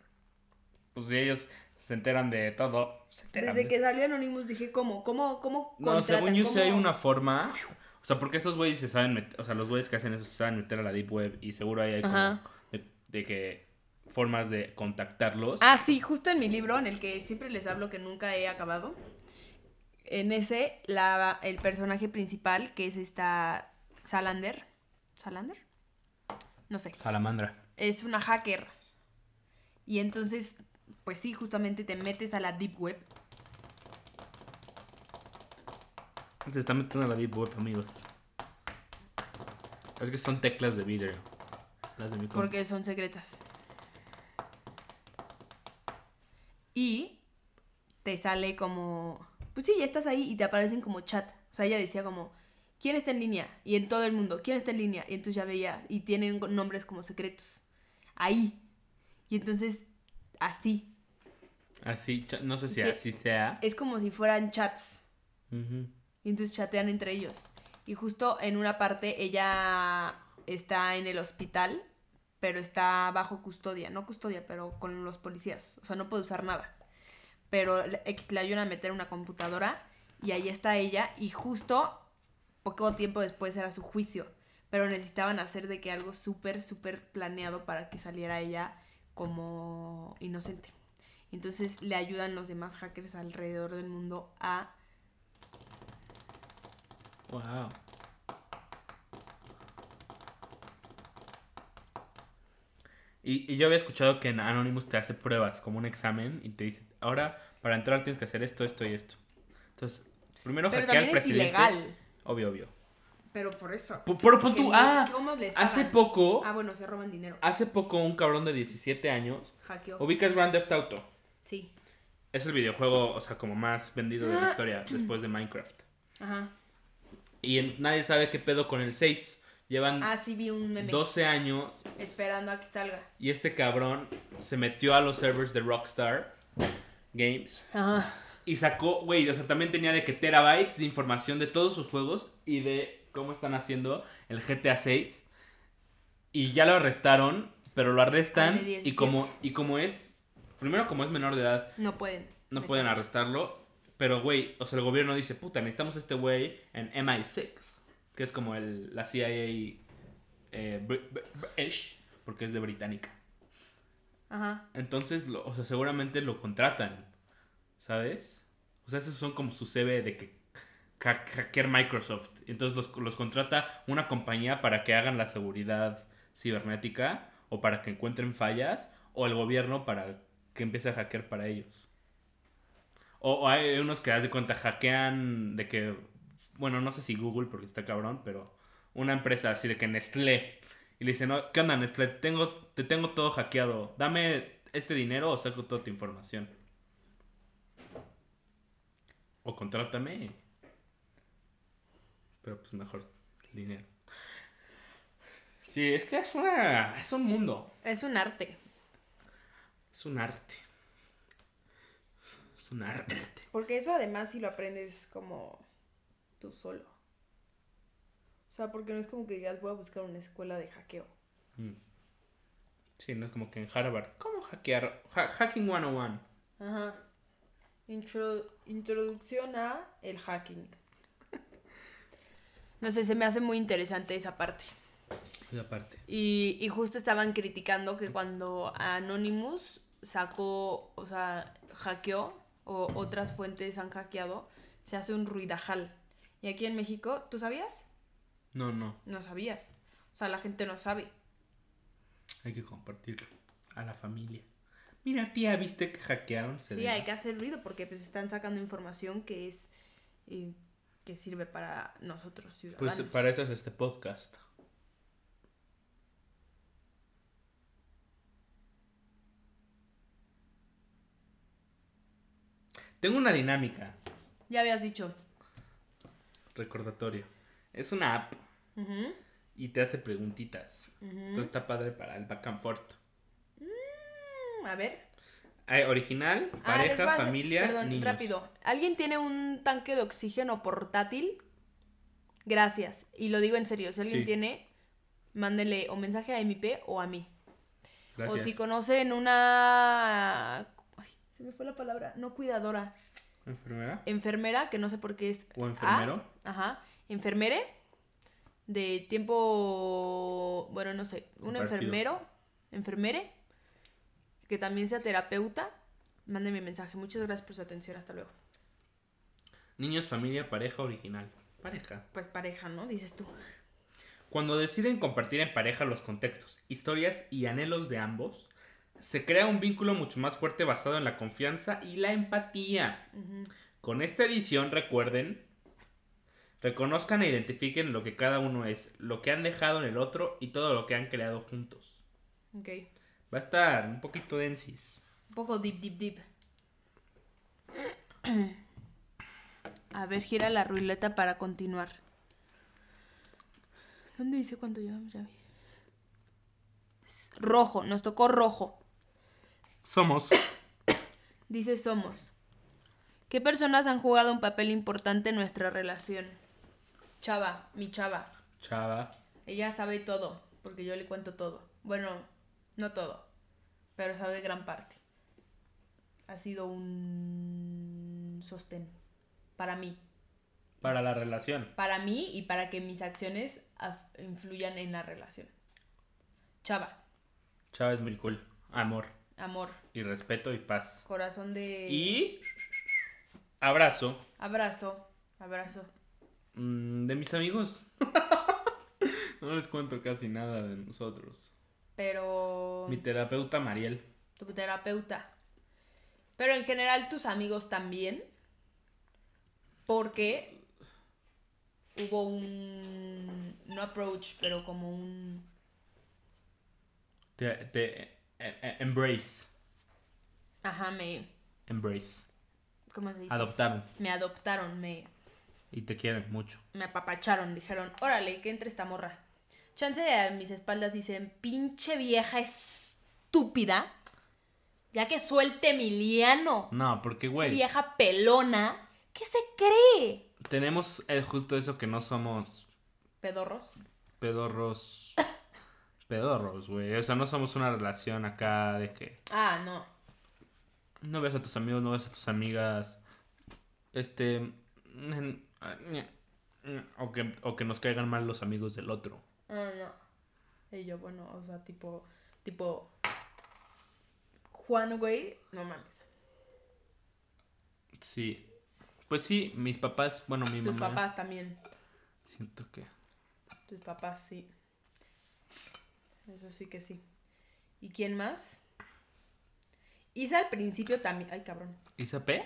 [SPEAKER 1] Pues si ellos se enteran de todo, se enteran.
[SPEAKER 2] Desde
[SPEAKER 1] de-
[SPEAKER 2] que salió Anonymous dije, ¿cómo? ¿Cómo? ¿Cómo?
[SPEAKER 1] No, según yo
[SPEAKER 2] sí
[SPEAKER 1] sí hay una forma. O sea, porque esos güeyes se saben meter, o sea, los güeyes que hacen eso se saben meter a la Deep Web y seguro ahí hay como
[SPEAKER 2] Ajá.
[SPEAKER 1] de, de que formas de contactarlos.
[SPEAKER 2] Ah, sí, justo en mi libro, en el que siempre les hablo que nunca he acabado. En ese, la, el personaje principal, que es esta Salander. ¿Salander? No sé.
[SPEAKER 1] Salamandra.
[SPEAKER 2] Es una hacker. Y entonces, pues sí, justamente te metes a la Deep Web.
[SPEAKER 1] Se está metiendo a la Deep Web, amigos. Es que son teclas de vidrio. Las de mi compu.
[SPEAKER 2] Porque son secretas. Y te sale como. Pues sí, ya estás ahí y te aparecen como chat. O sea, ella decía como. ¿Quién está en línea? Y en todo el mundo, ¿quién está en línea? Y entonces ya veía. Y tienen nombres como secretos. Ahí. Y entonces, así.
[SPEAKER 1] Así, cha- no sé si
[SPEAKER 2] ¿Qué?
[SPEAKER 1] así sea.
[SPEAKER 2] Es como si fueran chats.
[SPEAKER 1] Ujú.
[SPEAKER 2] Y entonces chatean entre ellos. Y justo en una parte ella está en el hospital, pero está bajo custodia. No custodia, pero con los policías. O sea, no puede usar nada. Pero la- X la ayudan a meter una computadora y ahí está ella. Y justo poco tiempo después era su juicio. Pero necesitaban hacer de que algo súper, súper planeado para que saliera ella como inocente. Entonces le ayudan los demás hackers alrededor del mundo a
[SPEAKER 1] Wow. Y, y yo había escuchado que en Anonymous te hace pruebas, como un examen, y te dice, ahora para entrar tienes que hacer esto, esto y esto. Entonces, primero
[SPEAKER 2] Pero
[SPEAKER 1] hackea al
[SPEAKER 2] también es
[SPEAKER 1] presidente.
[SPEAKER 2] ilegal.
[SPEAKER 1] Obvio, obvio.
[SPEAKER 2] Pero por eso.
[SPEAKER 1] P- Pero pon
[SPEAKER 2] Porque
[SPEAKER 1] tú,
[SPEAKER 2] no-
[SPEAKER 1] ah,
[SPEAKER 2] ¿cómo les
[SPEAKER 1] hace
[SPEAKER 2] pagan?
[SPEAKER 1] poco,
[SPEAKER 2] Ah, bueno, se roban dinero.
[SPEAKER 1] hace poco un cabrón de 17 años,
[SPEAKER 2] Hackeó.
[SPEAKER 1] ubicas Grand Theft Auto.
[SPEAKER 2] Sí.
[SPEAKER 1] Es el videojuego, o sea, como más vendido de
[SPEAKER 2] Ah.
[SPEAKER 1] la historia después de Minecraft.
[SPEAKER 2] Ajá.
[SPEAKER 1] Y en- nadie sabe qué pedo con el 6. Llevan
[SPEAKER 2] Ah, sí vi un meme.
[SPEAKER 1] 12 años
[SPEAKER 2] Esperando a que salga.
[SPEAKER 1] y este cabrón se metió a los servers de Rockstar Games
[SPEAKER 2] Ajá.
[SPEAKER 1] y sacó, güey, o sea, también tenía de que terabytes de información de todos sus juegos y de cómo están haciendo el GTA 6. Y ya lo arrestaron, pero lo
[SPEAKER 2] Al
[SPEAKER 1] arrestan
[SPEAKER 2] de
[SPEAKER 1] y como y como es primero como es menor de edad
[SPEAKER 2] No pueden.
[SPEAKER 1] no
[SPEAKER 2] Me-
[SPEAKER 1] pueden arrestarlo. Pero, güey, o sea, el gobierno dice, puta, necesitamos este güey en MI6, que es como el, la CIA eh, br- br- British, porque es de británica.
[SPEAKER 2] Ajá.
[SPEAKER 1] Entonces, lo- o sea, seguramente lo contratan, ¿sabes? O sea, esos son como su CV de que ha- hackear Microsoft. Entonces los, los contrata una compañía para que hagan la seguridad cibernética o para que encuentren fallas o el gobierno para que empiece a hackear para ellos. O, o hay unos que, haz de cuenta, hackean de que, bueno, no sé si Google porque está cabrón, pero una empresa así de que Nestlé y le dicen, no, ¿qué onda, Nestlé? Tengo, te tengo todo hackeado. Dame este dinero o saco toda tu información. O contrátame. Pero pues mejor el dinero. Sí, es que es una. es un mundo.
[SPEAKER 2] Es un arte.
[SPEAKER 1] Es un arte. Es un arte.
[SPEAKER 2] Porque eso además si lo aprendes como tú solo. O sea, porque no es como que digas voy a buscar una escuela de hackeo.
[SPEAKER 1] Mm. Sí, no es como que en Harvard. ¿Cómo hackear? Ha- hacking 101.
[SPEAKER 2] Ajá. Intro- introducción a el hacking. No sé, se me hace muy interesante esa parte.
[SPEAKER 1] La parte.
[SPEAKER 2] Y, y justo estaban criticando que cuando Anonymous sacó, o sea, hackeó, o otras fuentes han hackeado, se hace un ruidajal. Y aquí en México, ¿tú sabías?
[SPEAKER 1] No, no.
[SPEAKER 2] No sabías. O sea, la gente no sabe.
[SPEAKER 1] Hay que compartirlo. A la familia. Mira, tía, ¿viste que hackearon?
[SPEAKER 2] Sí, hay que hacer ruido porque pues están sacando información que es eh, que sirve para nosotros ciudadanos.
[SPEAKER 1] Pues para eso es este podcast. Tengo una dinámica
[SPEAKER 2] Ya habías dicho.
[SPEAKER 1] recordatoria. Es una app
[SPEAKER 2] Ujú,
[SPEAKER 1] y te hace preguntitas.
[SPEAKER 2] ujú.
[SPEAKER 1] Entonces está padre para el back and forth.
[SPEAKER 2] Mm, A ver.
[SPEAKER 1] Hay original,
[SPEAKER 2] Ah, les
[SPEAKER 1] pareja,
[SPEAKER 2] voy a hacer-
[SPEAKER 1] familia,
[SPEAKER 2] Perdón,
[SPEAKER 1] niños.
[SPEAKER 2] rápido. ¿Alguien tiene un tanque de oxígeno portátil? Gracias. Y lo digo en serio, si alguien
[SPEAKER 1] Sí.
[SPEAKER 2] tiene, mándele o mensaje a MP o a mí.
[SPEAKER 1] Gracias.
[SPEAKER 2] O si conocen una... Ay, se me fue la palabra. No cuidadora.
[SPEAKER 1] Enfermera
[SPEAKER 2] Enfermera, que no sé por qué es...
[SPEAKER 1] o enfermero.
[SPEAKER 2] A, ajá. Enfermere. De tiempo... Bueno, no sé. Un
[SPEAKER 1] Compartido.
[SPEAKER 2] enfermero. Enfermere. Que también sea terapeuta. Mándeme mensaje. Muchas gracias por su atención. Hasta luego.
[SPEAKER 1] Niños, familia, pareja, original. Pareja.
[SPEAKER 2] pues pareja, ¿no? Dices tú.
[SPEAKER 1] Cuando deciden compartir en pareja los contextos, historias y anhelos de ambos, se crea un vínculo mucho más fuerte basado en la confianza y la empatía. Con esta edición, recuerden, reconozcan e identifiquen lo que cada uno es, lo que han dejado en el otro y todo lo que han creado juntos.
[SPEAKER 2] Ok.
[SPEAKER 1] Va a estar un poquito densis.
[SPEAKER 2] Un poco deep, deep, deep. A ver, gira la ruleta para continuar. ¿Dónde dice cuánto llevamos? Ya vi. Rojo, nos tocó rojo.
[SPEAKER 1] Somos
[SPEAKER 2] Dice somos. ¿Qué personas han jugado un papel importante en nuestra relación? Chava, mi chava.
[SPEAKER 1] Chava,
[SPEAKER 2] Ella sabe todo, porque yo le cuento todo. Bueno, no todo, pero sabe gran parte. Ha sido un sostén para mí.
[SPEAKER 1] para la relación.
[SPEAKER 2] Para mí y para que mis acciones af- influyan en la relación. Chava,
[SPEAKER 1] Chava es muy cool. Amor
[SPEAKER 2] amor,
[SPEAKER 1] y respeto y paz.
[SPEAKER 2] corazón de...
[SPEAKER 1] Y abrazo
[SPEAKER 2] Abrazo, abrazo.
[SPEAKER 1] Mm, de mis amigos. no les cuento casi nada de nosotros.
[SPEAKER 2] Pero...
[SPEAKER 1] Mi terapeuta Mariel.
[SPEAKER 2] Tu terapeuta. Pero en general tus amigos también. Porque hubo un... No approach, pero como un...
[SPEAKER 1] Te, te- e- e- embrace.
[SPEAKER 2] Ajá, me...
[SPEAKER 1] Embrace.
[SPEAKER 2] ¿Cómo se dice?
[SPEAKER 1] Adoptaron.
[SPEAKER 2] me adoptaron, me,
[SPEAKER 1] Y te quieren mucho.
[SPEAKER 2] me apapacharon. Dijeron, órale, que entre esta morra. Chance a mis espaldas dicen, pinche vieja estúpida. Ya que suelte Emiliano.
[SPEAKER 1] No, porque,
[SPEAKER 2] Pinche
[SPEAKER 1] güey,
[SPEAKER 2] vieja pelona. ¿Qué se cree?
[SPEAKER 1] tenemos eh, justo eso que no somos
[SPEAKER 2] pedorros.
[SPEAKER 1] pedorros. pedorros, güey. O sea, no somos una relación acá de que
[SPEAKER 2] Ah, no.
[SPEAKER 1] no ves a tus amigos, no ves a tus amigas. Este. mm, ah, ña, ña, O que, o que nos caigan mal los amigos del otro.
[SPEAKER 2] Ah, no. Y yo, bueno, o sea, tipo, tipo, Juan, güey, no mames.
[SPEAKER 1] Sí. Pues sí, mis papás, bueno, mi
[SPEAKER 2] Tus
[SPEAKER 1] mamá.
[SPEAKER 2] papás también.
[SPEAKER 1] Siento que.
[SPEAKER 2] Tus papás, sí. Eso sí que sí. ¿Y quién más? Isa al principio también. Ay, cabrón.
[SPEAKER 1] ¿Isa P?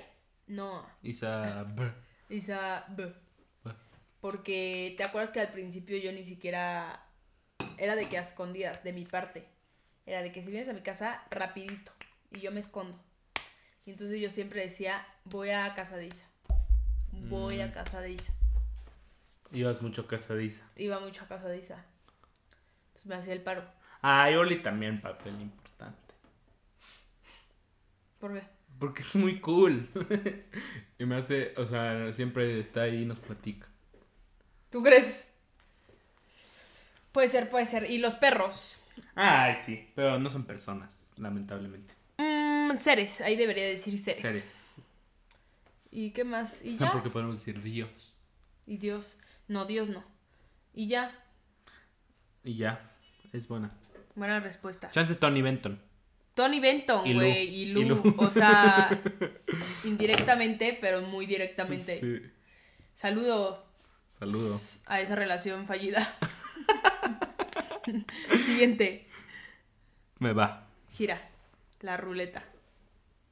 [SPEAKER 2] No,
[SPEAKER 1] Isa B.
[SPEAKER 2] Isa B.
[SPEAKER 1] B.
[SPEAKER 2] Porque te acuerdas que al principio yo ni siquiera. Era de que a escondidas, de mi parte. Era de que si vienes a mi casa, rapidito. Y yo me escondo. Y entonces yo siempre decía, voy a casa de Isa. Voy a
[SPEAKER 1] Mm.
[SPEAKER 2] casa de Isa.
[SPEAKER 1] Ibas mucho casadiza.
[SPEAKER 2] Iba mucho a casa de Isa. Entonces me hacía el paro.
[SPEAKER 1] Ah, y Oli también, papel importante.
[SPEAKER 2] ¿Por qué?
[SPEAKER 1] Porque es muy cool. y me hace, o sea, siempre está ahí y nos platica.
[SPEAKER 2] ¿Tú crees? Puede ser, puede ser. ¿Y los perros?
[SPEAKER 1] Ay, sí, pero no son personas, lamentablemente.
[SPEAKER 2] Mm, seres, ahí debería decir seres.
[SPEAKER 1] Seres.
[SPEAKER 2] ¿Y qué más? ¿Y
[SPEAKER 1] No,
[SPEAKER 2] ya?
[SPEAKER 1] porque podemos decir Dios.
[SPEAKER 2] ¿Y Dios? No, Dios no. ¿Y ya?
[SPEAKER 1] Y ya, es buena.
[SPEAKER 2] Buena respuesta.
[SPEAKER 1] Chance Tony Benton.
[SPEAKER 2] Tony Benton,
[SPEAKER 1] Y Lu.
[SPEAKER 2] güey, y Lu.
[SPEAKER 1] Y Lu.
[SPEAKER 2] O sea, indirectamente, pero muy directamente.
[SPEAKER 1] Sí.
[SPEAKER 2] Saludo
[SPEAKER 1] Saludo.
[SPEAKER 2] a esa relación fallida. Siguiente.
[SPEAKER 1] Me va.
[SPEAKER 2] Gira la ruleta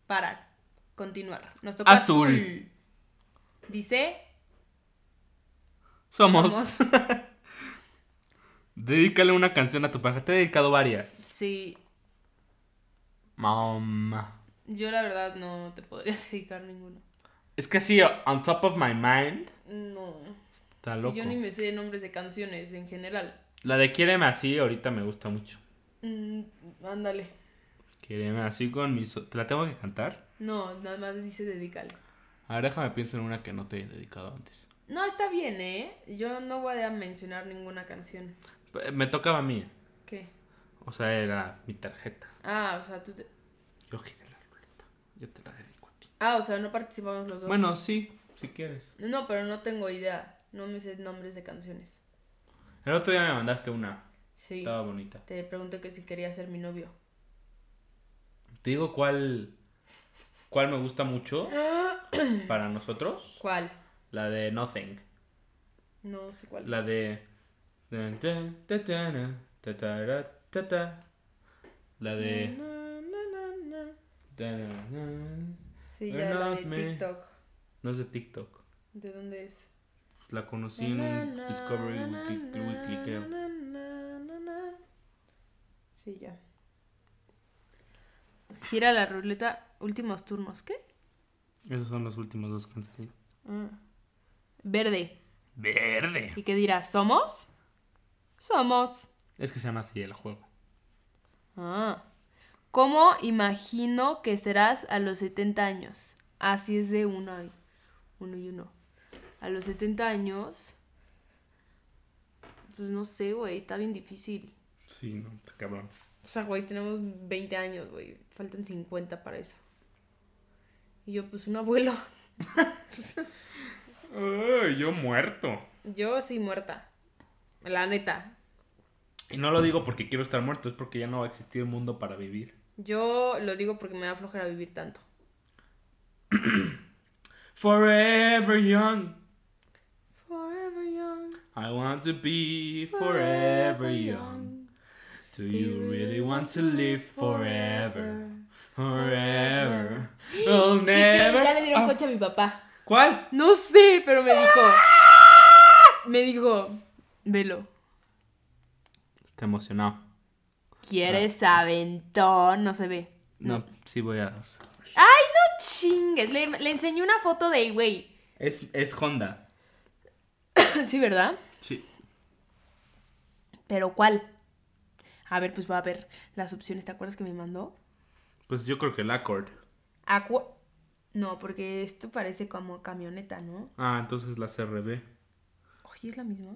[SPEAKER 2] para continuar. Nos toca azul.
[SPEAKER 1] Azul.
[SPEAKER 2] Dice,
[SPEAKER 1] Somos. Dedícale una canción a tu pareja. Te he dedicado varias.
[SPEAKER 2] sí,
[SPEAKER 1] Mamá.
[SPEAKER 2] yo la verdad no te podría dedicar ninguna.
[SPEAKER 1] Es que así, on top of my mind.
[SPEAKER 2] No.
[SPEAKER 1] Está
[SPEAKER 2] Si
[SPEAKER 1] loco.
[SPEAKER 2] yo ni me sé nombres de canciones en general.
[SPEAKER 1] La de Quiéreme así ahorita me gusta mucho.
[SPEAKER 2] Mm, ándale.
[SPEAKER 1] Quiéreme así con mis... ¿Te la tengo que cantar?
[SPEAKER 2] No, nada más dice dedícale.
[SPEAKER 1] A ver, déjame pienso en una que no te he dedicado antes.
[SPEAKER 2] No, está bien, ¿eh? Yo no voy a mencionar ninguna canción.
[SPEAKER 1] P- Me tocaba a mí.
[SPEAKER 2] ¿Qué?
[SPEAKER 1] O sea, era mi tarjeta.
[SPEAKER 2] Ah, o sea, tú te...
[SPEAKER 1] Yo giré la ruleta. Yo te la dedico a ti.
[SPEAKER 2] Ah, o sea, no participamos los dos.
[SPEAKER 1] Bueno, sí, si quieres.
[SPEAKER 2] No, pero no tengo idea. No me sé nombres de canciones.
[SPEAKER 1] El otro día me mandaste una.
[SPEAKER 2] Sí.
[SPEAKER 1] Estaba bonita.
[SPEAKER 2] Te pregunté que si quería ser mi novio.
[SPEAKER 1] Te digo cuál... ¿Cuál me gusta mucho para nosotros?
[SPEAKER 2] ¿Cuál?
[SPEAKER 1] La de Nothing.
[SPEAKER 2] No sé cuál.
[SPEAKER 1] La
[SPEAKER 2] es.
[SPEAKER 1] de... La de...
[SPEAKER 2] Na, na, na, na. Sí,
[SPEAKER 1] You're
[SPEAKER 2] ya la
[SPEAKER 1] not
[SPEAKER 2] de
[SPEAKER 1] me.
[SPEAKER 2] TikTok.
[SPEAKER 1] No es de TikTok.
[SPEAKER 2] ¿De dónde es?
[SPEAKER 1] Pues la conocí en
[SPEAKER 2] Na,
[SPEAKER 1] un
[SPEAKER 2] na,
[SPEAKER 1] Discovery
[SPEAKER 2] na,
[SPEAKER 1] Weekly,
[SPEAKER 2] na,
[SPEAKER 1] Weekly,
[SPEAKER 2] na,
[SPEAKER 1] creo.
[SPEAKER 2] na, na, na, na. Sí, ya. Gira la ruleta. Últimos turnos. ¿Qué?
[SPEAKER 1] Esos son los últimos dos que han salido.
[SPEAKER 2] Verde.
[SPEAKER 1] ¡Verde!
[SPEAKER 2] ¿Y qué dirás? ¿Somos? Somos.
[SPEAKER 1] Es que se llama así el juego.
[SPEAKER 2] Ah. ¿Cómo imagino que serás a los 70 años? Así es de uno, y- uno y uno. A los 70 años. Pues no sé, güey, está bien difícil.
[SPEAKER 1] Sí, no, está cabrón.
[SPEAKER 2] O sea, güey, tenemos 20 años, güey. Faltan 50 para eso. Y yo, pues un abuelo.
[SPEAKER 1] Ay, yo muerto.
[SPEAKER 2] Yo sí muerta. La neta.
[SPEAKER 1] Y no lo digo porque quiero estar muerto, es porque ya no va a existir mundo para vivir.
[SPEAKER 2] Yo lo digo porque me da flojera vivir tanto.
[SPEAKER 1] Forever young.
[SPEAKER 2] Forever young.
[SPEAKER 1] I want to be forever young. Do you really want to live forever? Forever.
[SPEAKER 3] Y
[SPEAKER 1] I'll
[SPEAKER 3] que
[SPEAKER 1] never.
[SPEAKER 3] ya le dieron
[SPEAKER 1] Ah,
[SPEAKER 3] coche a mi papá.
[SPEAKER 1] ¿Cuál?
[SPEAKER 2] No sé, pero me dijo. Me dijo, velo.
[SPEAKER 1] Está emocionado.
[SPEAKER 2] ¿Quieres aventón? No se ve.
[SPEAKER 1] Ah. No, sí voy a.
[SPEAKER 2] Chingues, le, le enseñé una foto de güey.
[SPEAKER 1] Es, es Honda.
[SPEAKER 2] Sí, ¿verdad?
[SPEAKER 1] Sí.
[SPEAKER 2] Pero ¿cuál? A ver, pues va a ver las opciones. ¿Te acuerdas que me mandó?
[SPEAKER 1] Pues yo creo que el Accord.
[SPEAKER 2] Acu- no, porque esto parece como camioneta, ¿no?
[SPEAKER 1] Ah, entonces la CRB.
[SPEAKER 2] Oye, ¿es la misma?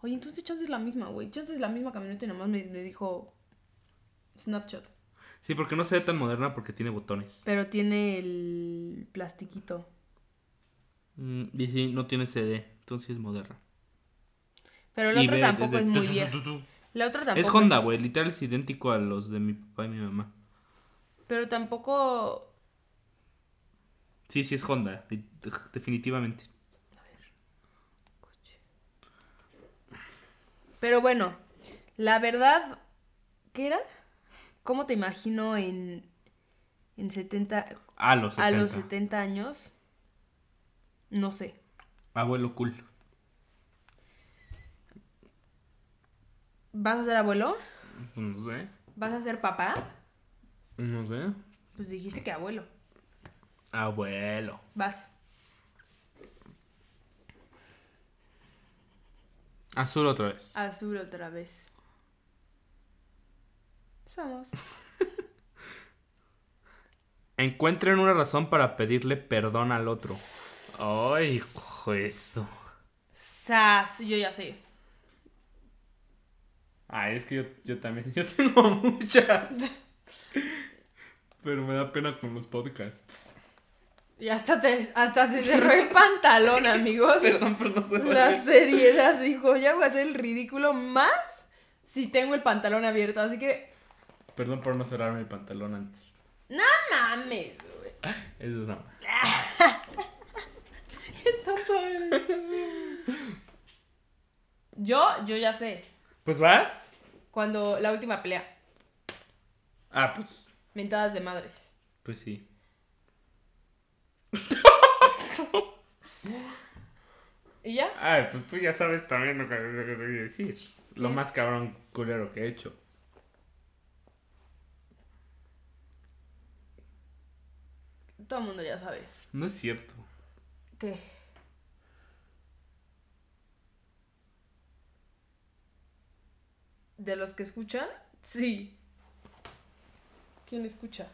[SPEAKER 2] Oye, entonces Chance es la misma, güey. Chance es la misma camioneta y nada más me, me dijo Snapchat.
[SPEAKER 1] Sí, porque no se ve tan moderna porque tiene botones.
[SPEAKER 2] Pero tiene el plastiquito.
[SPEAKER 1] Mm, y sí, no tiene CD, entonces sí es moderna.
[SPEAKER 2] Pero la
[SPEAKER 1] Y
[SPEAKER 2] otra
[SPEAKER 1] ve
[SPEAKER 2] tampoco
[SPEAKER 1] desde-
[SPEAKER 2] es muy vieja. La otra tampoco
[SPEAKER 1] Es Honda, güey. Literal es idéntico a los de mi papá y mi mamá.
[SPEAKER 2] Pero tampoco...
[SPEAKER 1] Sí, sí es Honda, li- definitivamente.
[SPEAKER 2] Pero bueno, la verdad... ¿Qué era? ¿Cómo te imagino en... En 70...
[SPEAKER 1] A los 70.
[SPEAKER 2] A los 70 años? No sé.
[SPEAKER 1] Abuelo cool.
[SPEAKER 2] ¿Vas a ser abuelo?
[SPEAKER 1] No sé.
[SPEAKER 2] ¿Vas a ser papá?
[SPEAKER 1] No sé.
[SPEAKER 2] Pues dijiste que abuelo.
[SPEAKER 1] Abuelo.
[SPEAKER 2] Vas.
[SPEAKER 1] Azul Ah, otra vez.
[SPEAKER 2] Azul otra vez. Somos.
[SPEAKER 1] Encuentren una razón para pedirle perdón al otro. Ay, cojo esto.
[SPEAKER 2] Sas, yo ya sé.
[SPEAKER 1] Ay, Ah, es que yo, yo también. Yo tengo muchas. Pero me da pena con los podcasts.
[SPEAKER 2] Y hasta, te- hasta se cerró el pantalón, amigos.
[SPEAKER 1] Perdón, pero no se
[SPEAKER 2] La seriedad dijo, ya voy a hacer el ridículo más si tengo el pantalón abierto. Así que,
[SPEAKER 1] Perdón por no cerrarme el pantalón antes.
[SPEAKER 2] no mames, güey.
[SPEAKER 1] Eso es nada.
[SPEAKER 2] Qué tonto eres. Yo, yo ya sé.
[SPEAKER 1] Pues vas.
[SPEAKER 2] Cuando la última pelea,
[SPEAKER 1] Ah, pues.
[SPEAKER 2] mentadas de madres.
[SPEAKER 1] Pues sí.
[SPEAKER 2] ¿Y ya?
[SPEAKER 1] Ay, pues tú ya sabes también lo que lo que te voy a decir. Lo más cabrón culero que he hecho.
[SPEAKER 2] Todo el mundo ya sabe.
[SPEAKER 1] No es cierto.
[SPEAKER 2] ¿Qué? ¿De los que escuchan? Sí. ¿Quién escucha?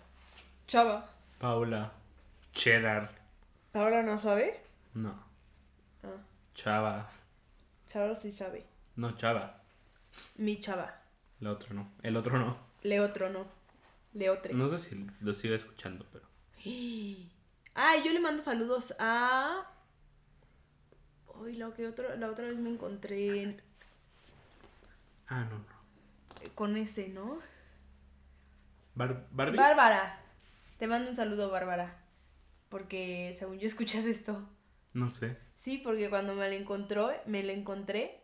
[SPEAKER 2] Chava.
[SPEAKER 1] Paula. Cheddar.
[SPEAKER 2] ¿Ahora no sabe?
[SPEAKER 1] No.
[SPEAKER 2] Ah,
[SPEAKER 1] Chava.
[SPEAKER 2] Chava sí sabe.
[SPEAKER 1] No, Chava.
[SPEAKER 2] Mi chava.
[SPEAKER 1] La otra no. El otro no.
[SPEAKER 2] Le otro no. Le otro.
[SPEAKER 1] No sé si lo sigo escuchando, pero.
[SPEAKER 2] Ay, yo le mando saludos a. Uy, lo que otro, la otra vez me encontré en-
[SPEAKER 1] Ah, no, no.
[SPEAKER 2] con ese, ¿no?
[SPEAKER 1] Bar Barbie.
[SPEAKER 2] Bárbara. Te mando un saludo, Bárbara. Porque según yo escuchas esto.
[SPEAKER 1] no sé.
[SPEAKER 2] Sí, porque cuando me la encontró, me la encontré,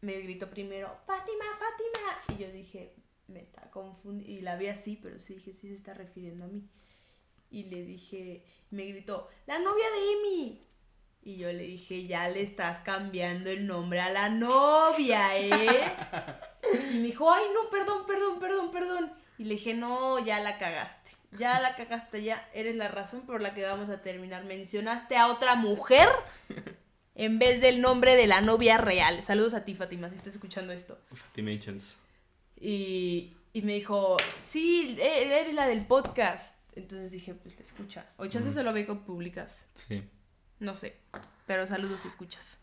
[SPEAKER 2] me gritó primero, Fátima, Fátima. Y yo dije, me está confundiendo. Y la vi así, pero sí dije, sí se está refiriendo a mí. Y le dije, me gritó, la novia de Emi. Y yo le dije, ya le estás cambiando el nombre a la novia, ¿eh? Y me dijo, ay, no, perdón, perdón, perdón, perdón. Y le dije, no, ya la cagaste. Ya la cagaste, ya eres la razón por la que vamos a terminar. Mencionaste a otra mujer en vez del nombre de la novia real. Saludos a ti, Fátima, si estás escuchando esto.
[SPEAKER 1] Fatimations.
[SPEAKER 2] Y, y me dijo, sí, e- eres la del podcast. Entonces dije, pues la escucha. O chance
[SPEAKER 1] Mm.
[SPEAKER 2] se lo ve con públicas.
[SPEAKER 1] Sí.
[SPEAKER 2] No sé. Pero saludos si escuchas.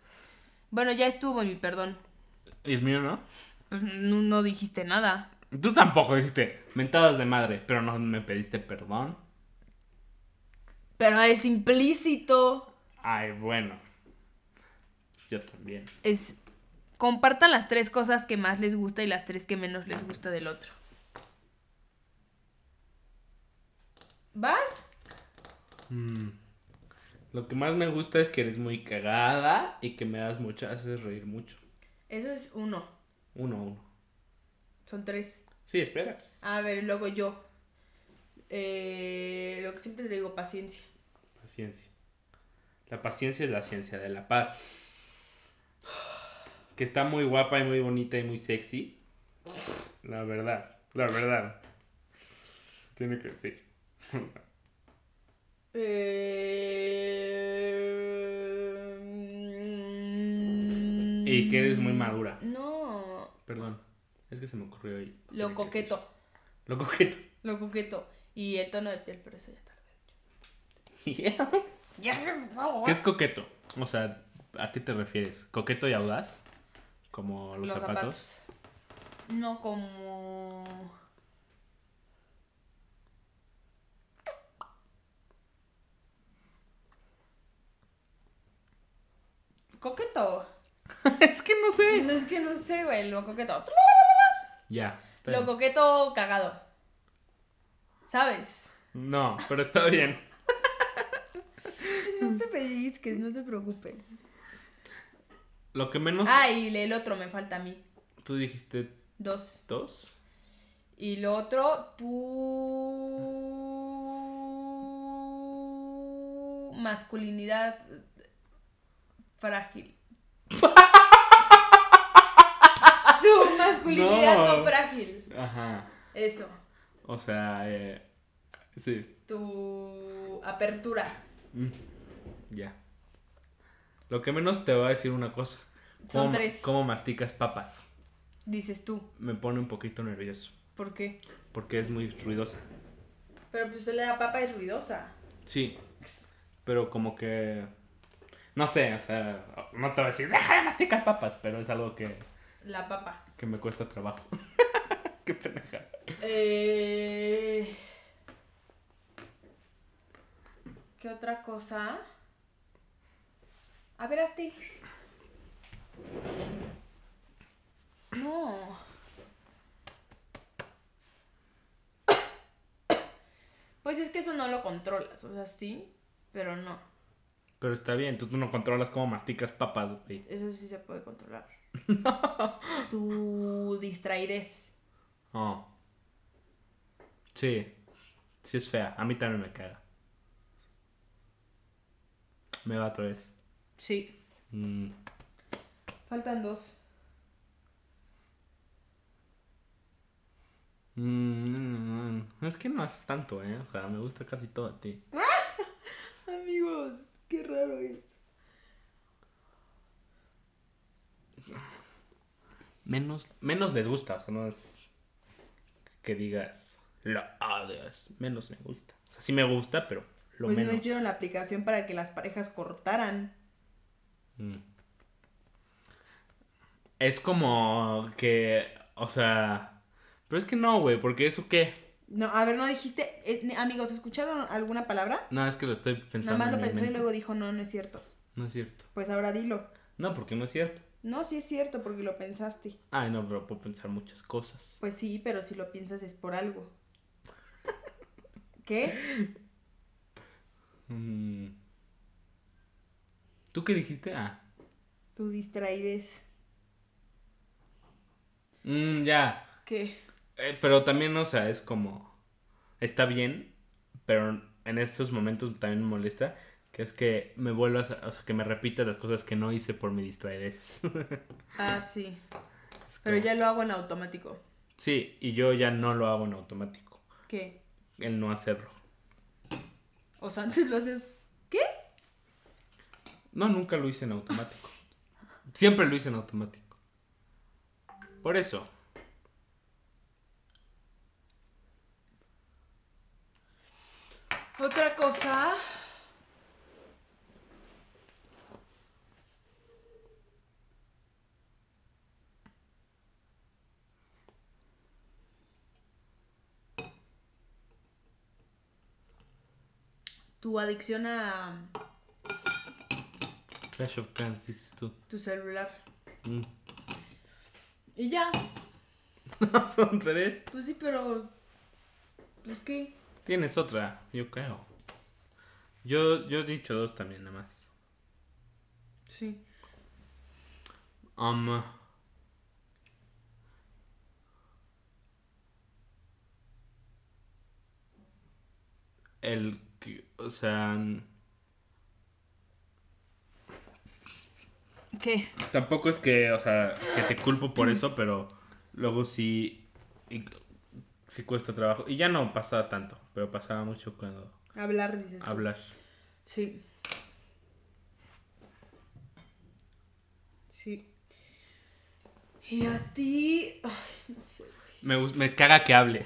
[SPEAKER 2] Bueno, ya estuvo mi perdón.
[SPEAKER 1] ¿Y el mío no?
[SPEAKER 2] Pues no, no dijiste nada.
[SPEAKER 1] Tú tampoco dijiste mentadas de madre, pero no me pediste perdón.
[SPEAKER 2] Pero es implícito.
[SPEAKER 1] Ay, bueno. Yo también.
[SPEAKER 2] Es. Compartan las tres cosas que más les gusta y las tres que menos les gusta del otro. ¿Vas?
[SPEAKER 1] Mm. Lo que más me gusta es que eres muy cagada y que me das mucho, haces reír mucho.
[SPEAKER 2] Eso es uno.
[SPEAKER 1] Uno a uno.
[SPEAKER 2] Son tres. Ah.
[SPEAKER 1] Sí, espera. pues.
[SPEAKER 2] A ver, luego yo. eh, lo que siempre le digo, paciencia.
[SPEAKER 1] Paciencia. La paciencia es la ciencia de la paz. Que está muy guapa y muy bonita y muy sexy. La verdad, la verdad. Tiene que decir. O sea,
[SPEAKER 2] Eh, mm,
[SPEAKER 1] Y que eres muy madura.
[SPEAKER 2] No,
[SPEAKER 1] Perdón, es que se me ocurrió ahí. Tiene
[SPEAKER 2] lo
[SPEAKER 1] que
[SPEAKER 2] coqueto,
[SPEAKER 1] decir. Lo coqueto.
[SPEAKER 2] lo coqueto. Y el tono de piel, pero eso ya tal vez.
[SPEAKER 1] ¿Qué es coqueto? O sea, ¿a qué te refieres? ¿Coqueto y audaz? Como los, zapatos.
[SPEAKER 2] No como. Coqueto. Pues
[SPEAKER 1] es que no sé.
[SPEAKER 2] Es que no sé, güey, lo coqueto.
[SPEAKER 1] Ya. está
[SPEAKER 2] Lo
[SPEAKER 1] bien.
[SPEAKER 2] coqueto cagado. ¿Sabes?
[SPEAKER 1] No, pero está bien.
[SPEAKER 2] Pues No te pellizques, no te preocupes.
[SPEAKER 1] Lo que menos
[SPEAKER 2] Ah, y el otro me falta a mí.
[SPEAKER 1] tú dijiste
[SPEAKER 2] Dos.
[SPEAKER 1] dos.
[SPEAKER 2] Y lo otro, tu masculinidad frágil. tu masculinidad no.
[SPEAKER 1] No.
[SPEAKER 2] frágil.
[SPEAKER 1] Ajá.
[SPEAKER 2] Eso.
[SPEAKER 1] O sea, eh, sí.
[SPEAKER 2] Tu apertura.
[SPEAKER 1] Mm. Ya. Lo que menos te va a decir una cosa.
[SPEAKER 2] Son
[SPEAKER 1] ¿Cómo-
[SPEAKER 2] tres.
[SPEAKER 1] ¿Cómo masticas papas?
[SPEAKER 2] Dices tú.
[SPEAKER 1] Me pone un poquito nervioso.
[SPEAKER 2] ¿Por qué?
[SPEAKER 1] Porque es muy ruidosa.
[SPEAKER 2] Pero pues la papa es ruidosa.
[SPEAKER 1] Sí. Pero como que. No sé, o sea, no te voy a decir, deja de masticar papas, pero es algo que,
[SPEAKER 2] La papa.
[SPEAKER 1] que me cuesta trabajo. Qué pendeja.
[SPEAKER 2] Eh, ¿Qué otra cosa? A ver, Asti. No. Pues es que eso no lo controlas, o sea, sí, pero no.
[SPEAKER 1] Pero está bien, tú, tú no controlas cómo masticas papas, güey.
[SPEAKER 2] Eso sí se puede controlar. Tu distraidez.
[SPEAKER 1] Oh. Sí. Sí es fea. A mí también me caga. Me va otra vez.
[SPEAKER 2] Sí.
[SPEAKER 1] Mm,
[SPEAKER 2] Faltan dos.
[SPEAKER 1] mm, mm, es que no es tanto, ¿eh? O sea, me gusta casi todo a ti.
[SPEAKER 2] Amigos, qué raro es.
[SPEAKER 1] menos, menos les gusta. O sea, no es que digas lo odias. Menos me gusta. O sea, sí me gusta, pero lo
[SPEAKER 2] pues no
[SPEAKER 1] menos.
[SPEAKER 2] hicieron la aplicación para que las parejas cortaran.
[SPEAKER 1] Mm. Es como que, o sea, pero es que no, güey, porque eso qué.
[SPEAKER 2] No, a ver, no dijiste, eh, amigos, ¿escucharon alguna palabra?
[SPEAKER 1] No, es que lo estoy
[SPEAKER 2] Nada
[SPEAKER 1] pensando.
[SPEAKER 2] más lo
[SPEAKER 1] en mi
[SPEAKER 2] pensó y
[SPEAKER 1] mente.
[SPEAKER 2] luego dijo, no, no es cierto.
[SPEAKER 1] No es cierto.
[SPEAKER 2] Pues ahora dilo.
[SPEAKER 1] No, porque no es cierto.
[SPEAKER 2] No, sí es cierto porque lo pensaste.
[SPEAKER 1] Ay, no, pero puedo pensar muchas cosas.
[SPEAKER 2] Pues sí, pero si lo piensas es por algo. ¿Qué?
[SPEAKER 1] Mm. ¿Tú qué dijiste? Ah.
[SPEAKER 2] Tu distraidez.
[SPEAKER 1] Mm, ya.
[SPEAKER 2] ¿Qué?
[SPEAKER 1] Eh, pero también, o sea, es como. Está bien, pero en estos momentos también me molesta. Que es que me vuelvas, a- o sea, que me repitas las cosas que no hice por mi distraidez.
[SPEAKER 2] Ah, sí.
[SPEAKER 1] Es
[SPEAKER 2] Pero
[SPEAKER 1] como-
[SPEAKER 2] ya lo hago en automático.
[SPEAKER 1] Sí, y yo ya no lo hago en automático.
[SPEAKER 2] ¿Qué?
[SPEAKER 1] El no hacerlo.
[SPEAKER 2] O sea, antes lo haces... ¿Qué?
[SPEAKER 1] No, nunca lo hice en automático. Siempre lo hice en automático. Por eso.
[SPEAKER 2] Otra cosa. Tu adicción a
[SPEAKER 1] Clash of Clans, dices tú.
[SPEAKER 2] tu celular.
[SPEAKER 1] Mm.
[SPEAKER 2] Y ya,
[SPEAKER 1] Son tres.
[SPEAKER 2] pues sí, pero. Pues qué.
[SPEAKER 1] Tienes otra, yo creo. Yo, yo he dicho dos también, nada más.
[SPEAKER 2] Sí.
[SPEAKER 1] Um, el, que- o sea,
[SPEAKER 2] ¿Qué?
[SPEAKER 1] tampoco es que, o sea, que te culpo por eso, pero luego sí, y- sí cuesta trabajo. Y ya no pasaba tanto, pero pasaba mucho cuando
[SPEAKER 2] Hablar, dices. tú.
[SPEAKER 1] hablar.
[SPEAKER 2] Sí. Sí. Y a ti. Ay, no sé.
[SPEAKER 1] Me, gus- me caga que hable.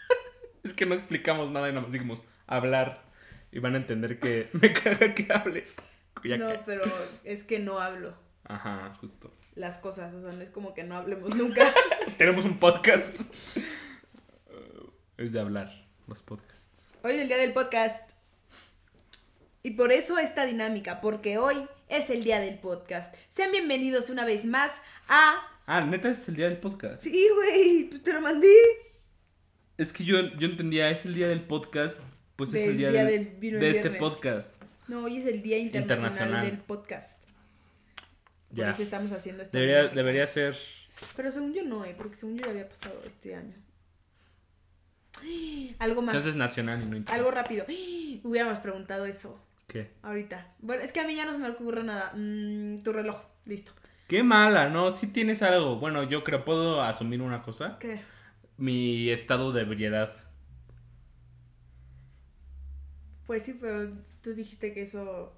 [SPEAKER 1] es que no explicamos nada y nada más dijimos hablar. Y van a entender que me caga que hables. Ya
[SPEAKER 2] no,
[SPEAKER 1] que-
[SPEAKER 2] pero es que no hablo
[SPEAKER 1] Ajá, justo.
[SPEAKER 2] las cosas. O sea, no es como que no hablemos nunca.
[SPEAKER 1] Tenemos un podcast. es de hablar, los podcasts.
[SPEAKER 2] Hoy es el día del podcast. Y por eso esta dinámica, porque hoy es el día del podcast. Sean bienvenidos una vez más a.
[SPEAKER 1] Ah, neta, es el día del podcast.
[SPEAKER 2] Sí, güey, pues te lo mandé.
[SPEAKER 1] Es que yo, yo entendía, es el día del podcast, pues es
[SPEAKER 2] Del
[SPEAKER 1] el día,
[SPEAKER 2] día
[SPEAKER 1] del-
[SPEAKER 2] del vino
[SPEAKER 1] de
[SPEAKER 2] el
[SPEAKER 1] este
[SPEAKER 2] viernes.
[SPEAKER 1] podcast.
[SPEAKER 2] No, hoy es el día internacional,
[SPEAKER 1] Internacional.
[SPEAKER 2] del podcast. Por
[SPEAKER 1] Ya.
[SPEAKER 2] eso estamos haciendo esta
[SPEAKER 1] Debería,
[SPEAKER 2] dinámica.
[SPEAKER 1] debería ser.
[SPEAKER 2] Pero según yo no, eh, porque según yo ya había pasado este año. Algo más.
[SPEAKER 1] Entonces nacional y no
[SPEAKER 2] Algo
[SPEAKER 1] internacional.
[SPEAKER 2] rápido. Hubiéramos preguntado eso
[SPEAKER 1] ¿Qué?
[SPEAKER 2] ahorita. Bueno, es que a mí ya no se me ocurre nada. Mm, tu reloj, listo.
[SPEAKER 1] Qué mala, ¿no? Si tienes algo. Bueno, yo creo, ¿puedo asumir una cosa?
[SPEAKER 2] ¿Qué?
[SPEAKER 1] Mi estado de ebriedad.
[SPEAKER 2] Pues sí, pero tú dijiste que eso...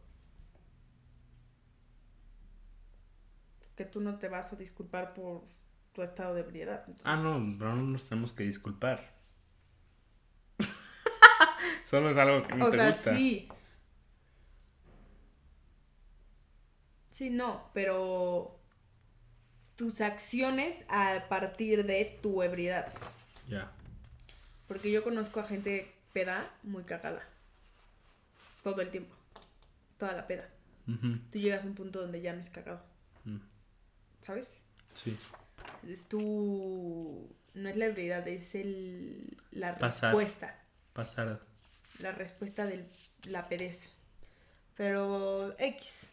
[SPEAKER 2] Que tú no te vas a disculpar por tu estado de ebriedad.
[SPEAKER 1] Ah, no, pero no nos tenemos que disculpar. Solo es algo que no
[SPEAKER 2] o
[SPEAKER 1] te
[SPEAKER 2] sea,
[SPEAKER 1] gusta.
[SPEAKER 2] sí. Sí, no, pero tus acciones a partir de tu ebriedad.
[SPEAKER 1] Ya.
[SPEAKER 2] Porque yo conozco a gente peda muy cagada. Todo el tiempo. Toda la peda.
[SPEAKER 1] Ujú.
[SPEAKER 2] Tú llegas a un punto donde ya no es cagado,
[SPEAKER 1] Mm.
[SPEAKER 2] ¿sabes?
[SPEAKER 1] Sí.
[SPEAKER 2] Es tu... No es la ebriedad, es el... la
[SPEAKER 1] Pasar.
[SPEAKER 2] respuesta.
[SPEAKER 1] Pasar.
[SPEAKER 2] la respuesta de la pereza. Pero X,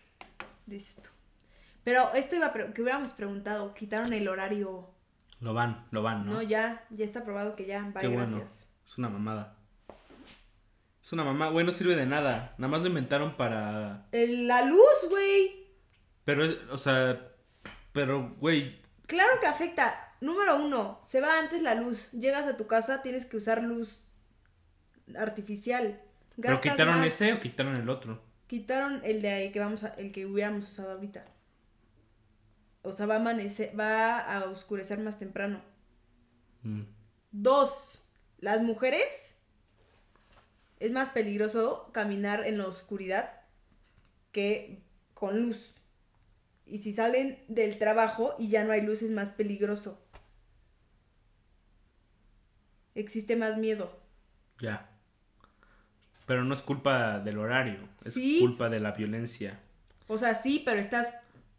[SPEAKER 2] dices tú. Pero esto iba a pre- que hubiéramos preguntado, quitaron el horario.
[SPEAKER 1] Lo van, lo van,
[SPEAKER 2] No,
[SPEAKER 1] ¿no?
[SPEAKER 2] ya, ya está aprobado que ya, bye,
[SPEAKER 1] Ah. Qué bueno.
[SPEAKER 2] gracias.
[SPEAKER 1] Es una mamada. Es una mamada, güey, no sirve de nada. Nada más lo inventaron para.
[SPEAKER 2] El- la luz, güey.
[SPEAKER 1] Pero, es- o sea. Pero, güey.
[SPEAKER 2] Claro que afecta. Número uno, se va antes la luz. Llegas a tu casa, tienes que usar luz artificial.
[SPEAKER 1] ¿Pero
[SPEAKER 2] Gastas
[SPEAKER 1] quitaron
[SPEAKER 2] más.
[SPEAKER 1] ese o quitaron el otro?
[SPEAKER 2] Quitaron el de ahí que vamos a- el que hubiéramos usado ahorita. O sea, va a amanecer, va a oscurecer más temprano.
[SPEAKER 1] Mm.
[SPEAKER 2] Dos, las mujeres es más peligroso caminar en la oscuridad que con luz. Y si salen del trabajo y ya no hay luz es más peligroso. Existe más miedo.
[SPEAKER 1] Ya. Pero no es culpa del horario. Es
[SPEAKER 2] Sí.
[SPEAKER 1] culpa de la violencia.
[SPEAKER 2] O sea, sí, pero estás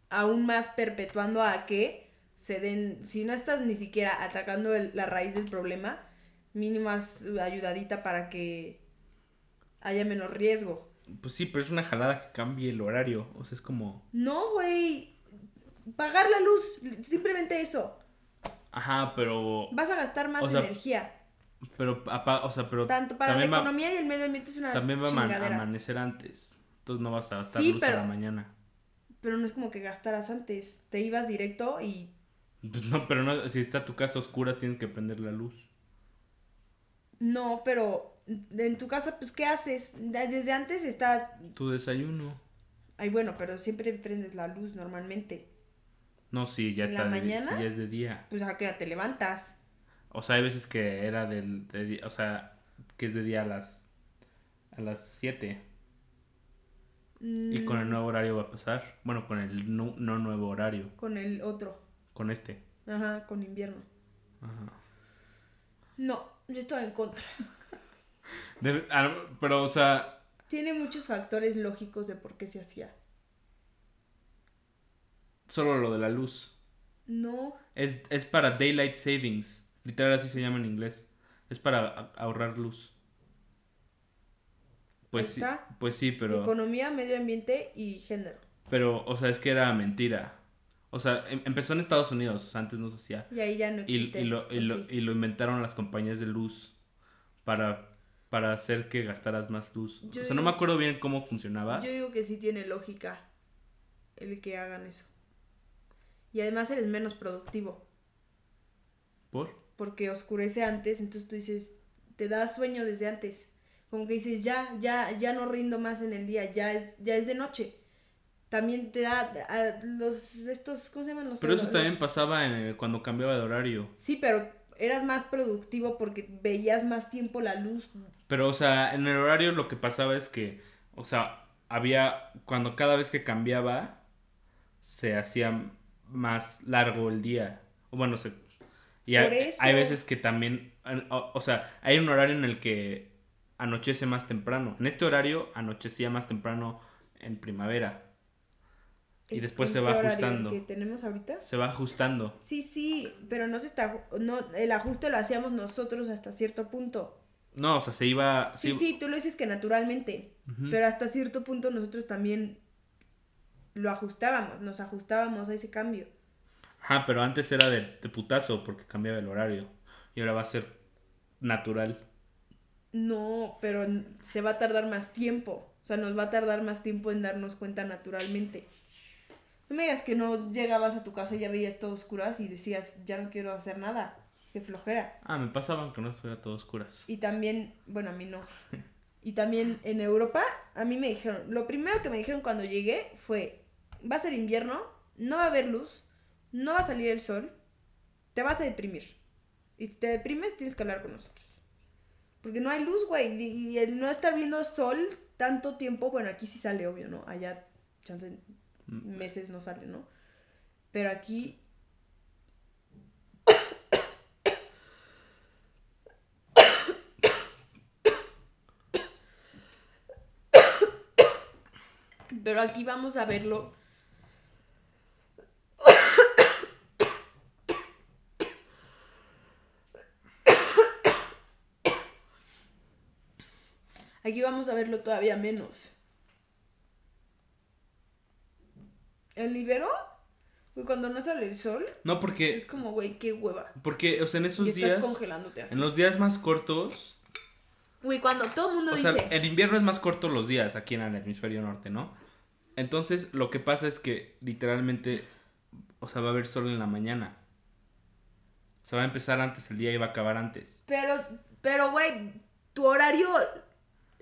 [SPEAKER 2] aún más perpetuando a que se den, si no estás ni siquiera atacando el- la raíz del problema, mínimas ayudadita para que haya menos riesgo.
[SPEAKER 1] Pues sí, pero es una jalada que cambie el horario. O sea, es como.
[SPEAKER 2] No, güey. Pagar la luz, simplemente eso.
[SPEAKER 1] Ajá, pero.
[SPEAKER 2] Vas a gastar más
[SPEAKER 1] O sea,
[SPEAKER 2] energía.
[SPEAKER 1] Pero, apa- o sea, pero.
[SPEAKER 2] Tanto para la
[SPEAKER 1] también va-
[SPEAKER 2] economía y el medio ambiente es una
[SPEAKER 1] También va a aman-
[SPEAKER 2] chingadera.
[SPEAKER 1] amanecer antes. Entonces no vas a estar
[SPEAKER 2] Sí,
[SPEAKER 1] luz a
[SPEAKER 2] pero-
[SPEAKER 1] la mañana.
[SPEAKER 2] Pero no es como que gastaras antes. Te ibas directo y
[SPEAKER 1] Pues no, pero no, si está tu casa a oscuras, tienes que prender la luz.
[SPEAKER 2] no, pero en tu casa, pues, ¿qué haces? Desde antes está
[SPEAKER 1] Tu desayuno.
[SPEAKER 2] Ay, bueno, pero siempre prendes la luz normalmente.
[SPEAKER 1] No, sí, ya
[SPEAKER 2] ¿En
[SPEAKER 1] está.
[SPEAKER 2] la
[SPEAKER 1] de- sí,
[SPEAKER 2] mañana?
[SPEAKER 1] ya es de día.
[SPEAKER 2] Pues a qué hora te levantas.
[SPEAKER 1] O sea, hay veces que era del. de di- o sea, que es de día a las. A las 7. Y con el
[SPEAKER 2] Mm,
[SPEAKER 1] nuevo horario va a pasar. Bueno, con el nu- no, nuevo horario.
[SPEAKER 2] Con el otro.
[SPEAKER 1] Con este.
[SPEAKER 2] Ajá, con invierno.
[SPEAKER 1] Ajá.
[SPEAKER 2] No, yo estoy en contra.
[SPEAKER 1] Debe- a lo- pero, o sea,
[SPEAKER 2] Tiene muchos factores lógicos de por qué se hacía.
[SPEAKER 1] solo lo de la luz.
[SPEAKER 2] No,
[SPEAKER 1] Es, es para Daylight Savings. Literal así se llama en inglés. Es para a- ahorrar luz. Pues
[SPEAKER 2] Ahí
[SPEAKER 1] sí,
[SPEAKER 2] está.
[SPEAKER 1] pues sí, pero,
[SPEAKER 2] economía, medio ambiente y género.
[SPEAKER 1] pero, o sea, es que era mentira. O sea, em- empezó en Estados Unidos, o sea, antes no se hacía.
[SPEAKER 2] Y ahí ya no
[SPEAKER 1] Y,
[SPEAKER 2] existe.
[SPEAKER 1] y lo, y
[SPEAKER 2] ¿o
[SPEAKER 1] lo-
[SPEAKER 2] sí?
[SPEAKER 1] y lo inventaron las compañías de luz para para hacer que gastaras más luz.
[SPEAKER 2] Yo
[SPEAKER 1] o sea, no me
[SPEAKER 2] digo-
[SPEAKER 1] acuerdo bien cómo funcionaba.
[SPEAKER 2] Yo digo que sí tiene lógica el que hagan eso. Y además eres menos productivo,
[SPEAKER 1] ¿Por?
[SPEAKER 2] porque oscurece antes, entonces tú dices, te da sueño desde antes. Como que dices, ya, ya, ya no rindo más en el día, ya es, ya es de noche. También te da a los estos, ¿cómo se llaman los?
[SPEAKER 1] Pero eso
[SPEAKER 2] los-
[SPEAKER 1] también pasaba en el- cuando cambiaba de horario.
[SPEAKER 2] Sí, pero eras más productivo porque veías más tiempo la luz.
[SPEAKER 1] Pero, o sea, en el horario lo que pasaba es que, o sea, había, cuando cada vez que cambiaba, se hacía más largo el día. O bueno, se... Y
[SPEAKER 2] Por
[SPEAKER 1] hay,
[SPEAKER 2] eso.
[SPEAKER 1] hay veces que también, o, o sea, hay un horario en el que anochece más temprano. En este horario anochecía más temprano en primavera. Y
[SPEAKER 2] ¿En-
[SPEAKER 1] después
[SPEAKER 2] en
[SPEAKER 1] se va
[SPEAKER 2] qué horario?
[SPEAKER 1] ajustando.
[SPEAKER 2] ¿El que tenemos ahorita?
[SPEAKER 1] Se va ajustando.
[SPEAKER 2] Sí, sí, pero no se está, ju- no, el ajuste lo hacíamos nosotros hasta cierto punto.
[SPEAKER 1] No, o sea, se iba... se
[SPEAKER 2] Sí,
[SPEAKER 1] iba-
[SPEAKER 2] sí, tú lo dices que naturalmente,
[SPEAKER 1] Ujú.
[SPEAKER 2] pero hasta cierto punto nosotros también lo ajustábamos, nos ajustábamos a ese cambio.
[SPEAKER 1] Ajá, pero antes era de, de putazo porque cambiaba el horario. Y ahora va a ser natural.
[SPEAKER 2] No, pero n- se va a tardar más tiempo, o sea, nos va a tardar más tiempo en darnos cuenta naturalmente. No me digas que no llegabas a tu casa y ya veías todo oscuras y decías, ya no quiero hacer nada, qué flojera.
[SPEAKER 1] Ah, me pasaban que no estuviera todo oscuras.
[SPEAKER 2] Y también, bueno, a mí no. Y también en Europa, a mí me dijeron, lo primero que me dijeron cuando llegué fue, va a ser invierno, no va a haber luz, no va a salir el sol, te vas a deprimir. Y si te deprimes, tienes que hablar con nosotros. Porque no hay luz, güey. Y y el no estar viendo sol tanto tiempo, bueno, aquí sí sale, obvio, ¿no? Allá, chance,
[SPEAKER 1] Mm.
[SPEAKER 2] meses no sale, ¿no? Pero aquí... Pero aquí vamos a verlo. Aquí vamos a verlo todavía menos. El libero, güey, cuando no sale el sol,
[SPEAKER 1] No,
[SPEAKER 2] es
[SPEAKER 1] porque,
[SPEAKER 2] como, güey, qué hueva.
[SPEAKER 1] porque, o sea, en
[SPEAKER 2] Y
[SPEAKER 1] esos
[SPEAKER 2] estás
[SPEAKER 1] días,
[SPEAKER 2] congelándote así.
[SPEAKER 1] en los días más cortos,
[SPEAKER 2] Güey, cuando todo el mundo
[SPEAKER 1] o sea,
[SPEAKER 2] dice,
[SPEAKER 1] el invierno es más corto los días aquí en el hemisferio norte, ¿no? Entonces, lo que pasa es que literalmente, o sea, va a haber sol en la mañana. O sea, va a empezar antes el día y va a acabar antes.
[SPEAKER 2] pero, pero, güey, tu horario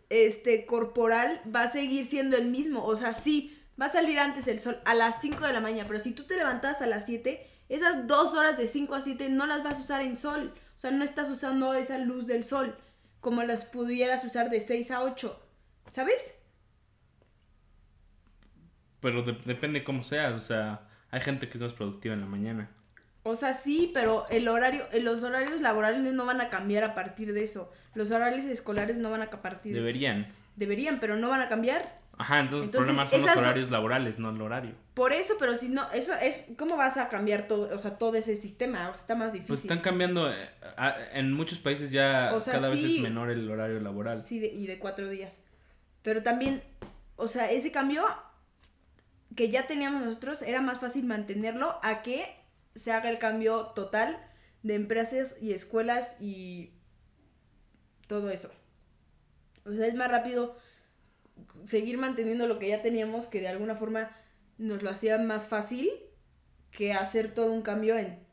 [SPEAKER 2] este, corporal va a seguir siendo el mismo. O sea, sí, va a salir antes el sol a las 5 de la mañana, pero si tú te levantas a las 7, esas dos horas de 5 a 7 no las vas a usar en sol. O sea, no estás usando esa luz del sol como las pudieras usar de 6 a 8. ¿Sabes?
[SPEAKER 1] Pero de- depende cómo seas, o sea, hay gente que es más productiva en la mañana.
[SPEAKER 2] O sea, sí, pero el horario, eh, los horarios laborales no van a cambiar a partir de eso. Los horarios escolares no van a ca- partir.
[SPEAKER 1] Deberían.
[SPEAKER 2] Deberían, pero no van a cambiar.
[SPEAKER 1] Ajá, entonces,
[SPEAKER 2] Entonces,
[SPEAKER 1] el problema son los
[SPEAKER 2] esas do-
[SPEAKER 1] horarios laborales, no el horario.
[SPEAKER 2] Por eso, pero si no, eso es, ¿cómo vas a cambiar todo, o sea, todo ese sistema? O sea, está más
[SPEAKER 1] Pues
[SPEAKER 2] difícil.
[SPEAKER 1] están cambiando, eh, a- en muchos países ya
[SPEAKER 2] O sea,
[SPEAKER 1] cada vez
[SPEAKER 2] sí.
[SPEAKER 1] es menor el horario laboral.
[SPEAKER 2] Sí, de- y de cuatro días. Pero también, o sea, ese cambio que ya teníamos nosotros era más fácil mantenerlo a que se haga el cambio total de empresas y escuelas y todo eso. O sea, es más rápido seguir manteniendo lo que ya teníamos que de alguna forma nos lo hacía más fácil que hacer todo un cambio en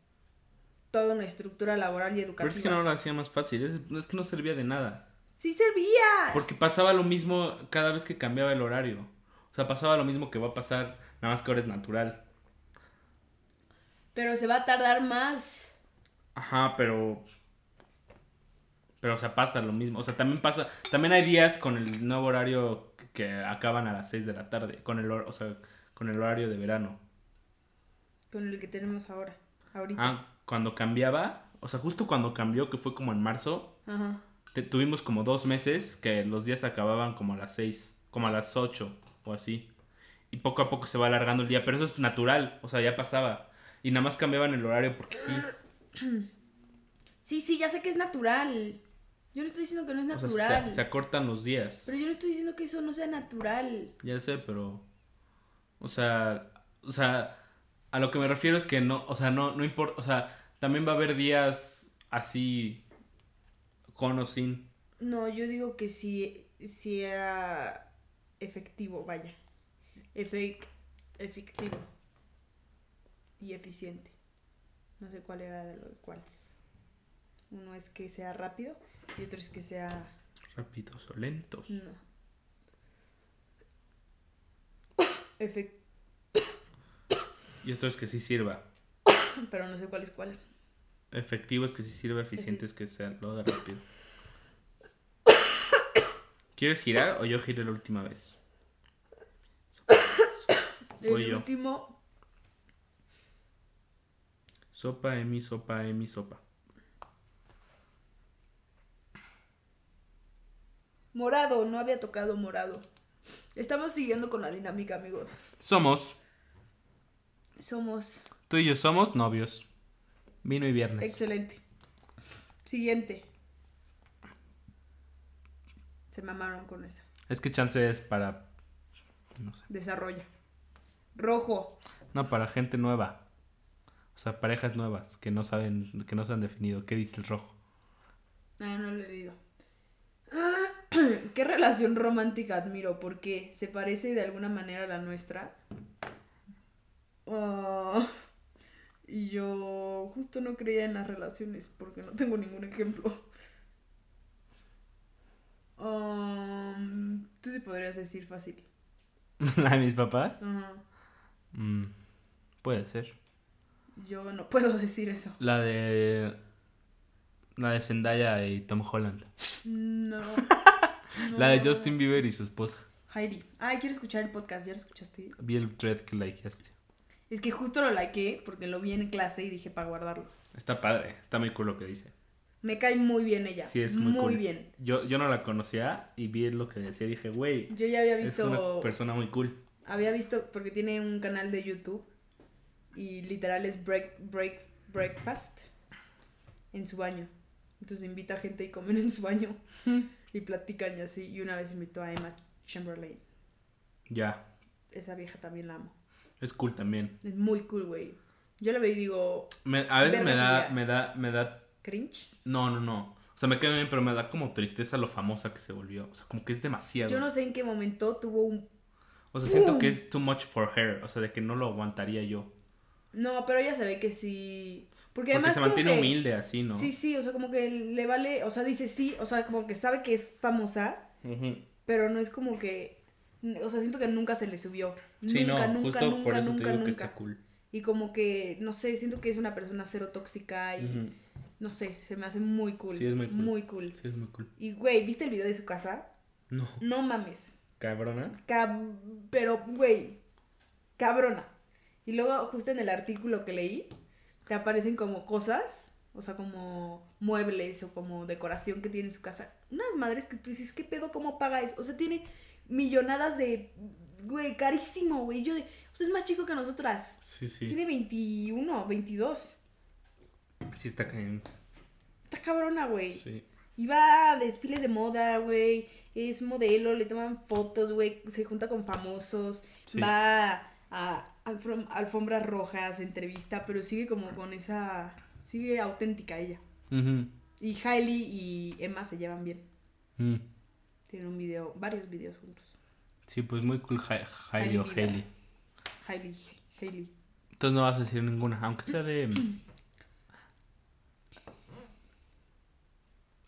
[SPEAKER 2] toda una estructura laboral y
[SPEAKER 1] Pero
[SPEAKER 2] educativa.
[SPEAKER 1] es que no lo hacía más fácil, es, es que no servía de nada.
[SPEAKER 2] Sí servía.
[SPEAKER 1] Porque pasaba lo mismo cada vez que cambiaba el horario. O sea, pasaba lo mismo que va a pasar, nada más que ahora es natural.
[SPEAKER 2] Pero se va a tardar más.
[SPEAKER 1] Ajá, pero... Pero, o sea, pasa lo mismo. O sea, también pasa... También hay días con el nuevo horario que- que acaban a las 6 de la tarde. Con el, hor- o sea, con el horario de verano.
[SPEAKER 2] Con el que tenemos ahora. Ahorita.
[SPEAKER 1] Ah, cuando cambiaba... O sea, justo cuando cambió, que fue como en marzo,
[SPEAKER 2] Ajá.
[SPEAKER 1] Te- tuvimos como dos meses que los días acababan como a las 6, como a las 8 o así. Y poco a poco se va alargando el día, pero eso es natural, o sea, ya pasaba. Y nada más cambiaban el horario porque sí.
[SPEAKER 2] Sí, sí, ya sé que es natural. Yo no estoy diciendo que no es
[SPEAKER 1] O sea, se-
[SPEAKER 2] natural.
[SPEAKER 1] se, acortan los días.
[SPEAKER 2] Pero yo no estoy diciendo que eso no sea natural.
[SPEAKER 1] Ya sé, pero. O sea. O sea. A lo que me refiero es que no. O sea, no, no importa. O sea, también va a haber días así. Con o sin.
[SPEAKER 2] No, yo digo que sí, sí era efectivo, vaya. Efec- efectivo. Y eficiente. No sé cuál era de lo cual. Uno es que sea rápido y otro es que sea...
[SPEAKER 1] Rápidos o lentos.
[SPEAKER 2] No. Efec-
[SPEAKER 1] Y otro es que sí sirva.
[SPEAKER 2] pero no sé cuál es cuál.
[SPEAKER 1] Efectivo es que sí sirva, eficiente es que sea lo haga rápido. ¿Quieres girar o yo giro la última vez? Voy
[SPEAKER 2] El
[SPEAKER 1] yo.
[SPEAKER 2] último...
[SPEAKER 1] Sopa, emi, sopa, emi, sopa.
[SPEAKER 2] Morado, no había tocado morado. Estamos siguiendo con la dinámica, amigos.
[SPEAKER 1] Somos,
[SPEAKER 2] Somos
[SPEAKER 1] tú y yo somos novios. Vino y viernes.
[SPEAKER 2] Excelente. Siguiente. Se mamaron con esa.
[SPEAKER 1] Es que chance es para. No sé.
[SPEAKER 2] Desarrolla. Rojo.
[SPEAKER 1] No, para gente nueva. O sea, parejas nuevas que no saben, que no se han definido. ¿Qué dice el rojo?
[SPEAKER 2] Ah, no le digo. ¿Qué relación romántica admiro? Porque se parece de alguna manera a la nuestra. Ah, y yo justo no creía en las relaciones porque no tengo ningún ejemplo. Ah, Tú sí podrías decir fácil.
[SPEAKER 1] ¿La de mis papás?
[SPEAKER 2] Ajá.
[SPEAKER 1] Mm, puede ser.
[SPEAKER 2] Yo no puedo decir eso.
[SPEAKER 1] La de. La de Zendaya y Tom Holland.
[SPEAKER 2] No.
[SPEAKER 1] La de
[SPEAKER 2] No.
[SPEAKER 1] Justin Bieber y su esposa.
[SPEAKER 2] Heidi. Ay, quiero escuchar el podcast. ¿Ya lo escuchaste?
[SPEAKER 1] Vi el thread que likeaste.
[SPEAKER 2] Es que justo lo likeé porque lo vi en clase y dije para guardarlo.
[SPEAKER 1] Está padre, está muy cool lo que dice.
[SPEAKER 2] Me cae muy bien ella.
[SPEAKER 1] Sí, es muy, cool.
[SPEAKER 2] bien.
[SPEAKER 1] Yo, yo no la conocía y vi lo que decía y dije, güey,
[SPEAKER 2] Yo ya había
[SPEAKER 1] es una
[SPEAKER 2] visto.
[SPEAKER 1] persona muy cool.
[SPEAKER 2] Había visto porque tiene un canal de YouTube y literal es break, break, breakfast en su baño. Entonces invita a gente y comen en su baño y platican y así. Y una vez invitó a Emma Chamberlain.
[SPEAKER 1] Ya,
[SPEAKER 2] Esa vieja también la amo.
[SPEAKER 1] es cool también.
[SPEAKER 2] Es muy cool, güey. Yo la veo y digo,
[SPEAKER 1] Me- a veces me
[SPEAKER 2] Verga,
[SPEAKER 1] da,
[SPEAKER 2] sí, ya.
[SPEAKER 1] me da, me da,
[SPEAKER 2] cringe.
[SPEAKER 1] no, no, no. O sea, me cae bien, pero me da como tristeza lo famosa que se volvió. O sea, como que es demasiado.
[SPEAKER 2] Yo no sé en qué momento tuvo un...
[SPEAKER 1] O sea, siento que es too much for her. O sea, de que no lo aguantaría yo.
[SPEAKER 2] No, pero ella se ve que sí...
[SPEAKER 1] Porque
[SPEAKER 2] Porque además
[SPEAKER 1] se
[SPEAKER 2] como
[SPEAKER 1] mantiene
[SPEAKER 2] que-
[SPEAKER 1] humilde así, ¿no?
[SPEAKER 2] Sí, sí, o sea, como que le vale, o sea, dice sí, o sea, como que sabe que es famosa,
[SPEAKER 1] Ujú.
[SPEAKER 2] pero no es como que, o sea, siento que nunca se le subió.
[SPEAKER 1] Sí,
[SPEAKER 2] nunca,
[SPEAKER 1] no,
[SPEAKER 2] nunca,
[SPEAKER 1] justo
[SPEAKER 2] nunca,
[SPEAKER 1] por eso te
[SPEAKER 2] nunca,
[SPEAKER 1] digo
[SPEAKER 2] nunca.
[SPEAKER 1] que está cool.
[SPEAKER 2] Y como que, no sé, siento que es una persona cero tóxica y,
[SPEAKER 1] Ujú.
[SPEAKER 2] no sé, se me hace muy cool.
[SPEAKER 1] Sí, es muy cool.
[SPEAKER 2] Muy cool.
[SPEAKER 1] Sí, es muy cool.
[SPEAKER 2] Y, güey, ¿viste el video de su casa?
[SPEAKER 1] No,
[SPEAKER 2] No mames.
[SPEAKER 1] cabrona.
[SPEAKER 2] Cab- pero, güey, cabrona. Y luego, justo en el artículo que leí, te aparecen como cosas, o sea, como muebles o como decoración que tiene en su casa. Unas madres que tú dices, ¿qué pedo? ¿Cómo paga eso? O sea, tiene millonadas de, güey, carísimo, güey. Yo de, o sea, es más chico que nosotras.
[SPEAKER 1] Sí, sí.
[SPEAKER 2] Tiene 21, 22.
[SPEAKER 1] Sí está cañón.
[SPEAKER 2] Está cabrona, güey.
[SPEAKER 1] Sí.
[SPEAKER 2] Y va a desfiles de moda, güey. Es modelo, le toman fotos, güey. Se junta con famosos.
[SPEAKER 1] Sí.
[SPEAKER 2] Va a alfom- alfombras rojas, entrevista, pero sigue como con esa... Sigue auténtica ella.
[SPEAKER 1] Ujú.
[SPEAKER 2] Y Hailey y Emma se llevan bien.
[SPEAKER 1] Mm.
[SPEAKER 2] Tienen un video, varios videos juntos.
[SPEAKER 1] Sí, pues muy cool Hi- Hailey
[SPEAKER 2] Hailey
[SPEAKER 1] o
[SPEAKER 2] Bieber.
[SPEAKER 1] Hailey.
[SPEAKER 2] Hailey, Hailey.
[SPEAKER 1] Entonces no vas a decir ninguna, aunque sea de... mm,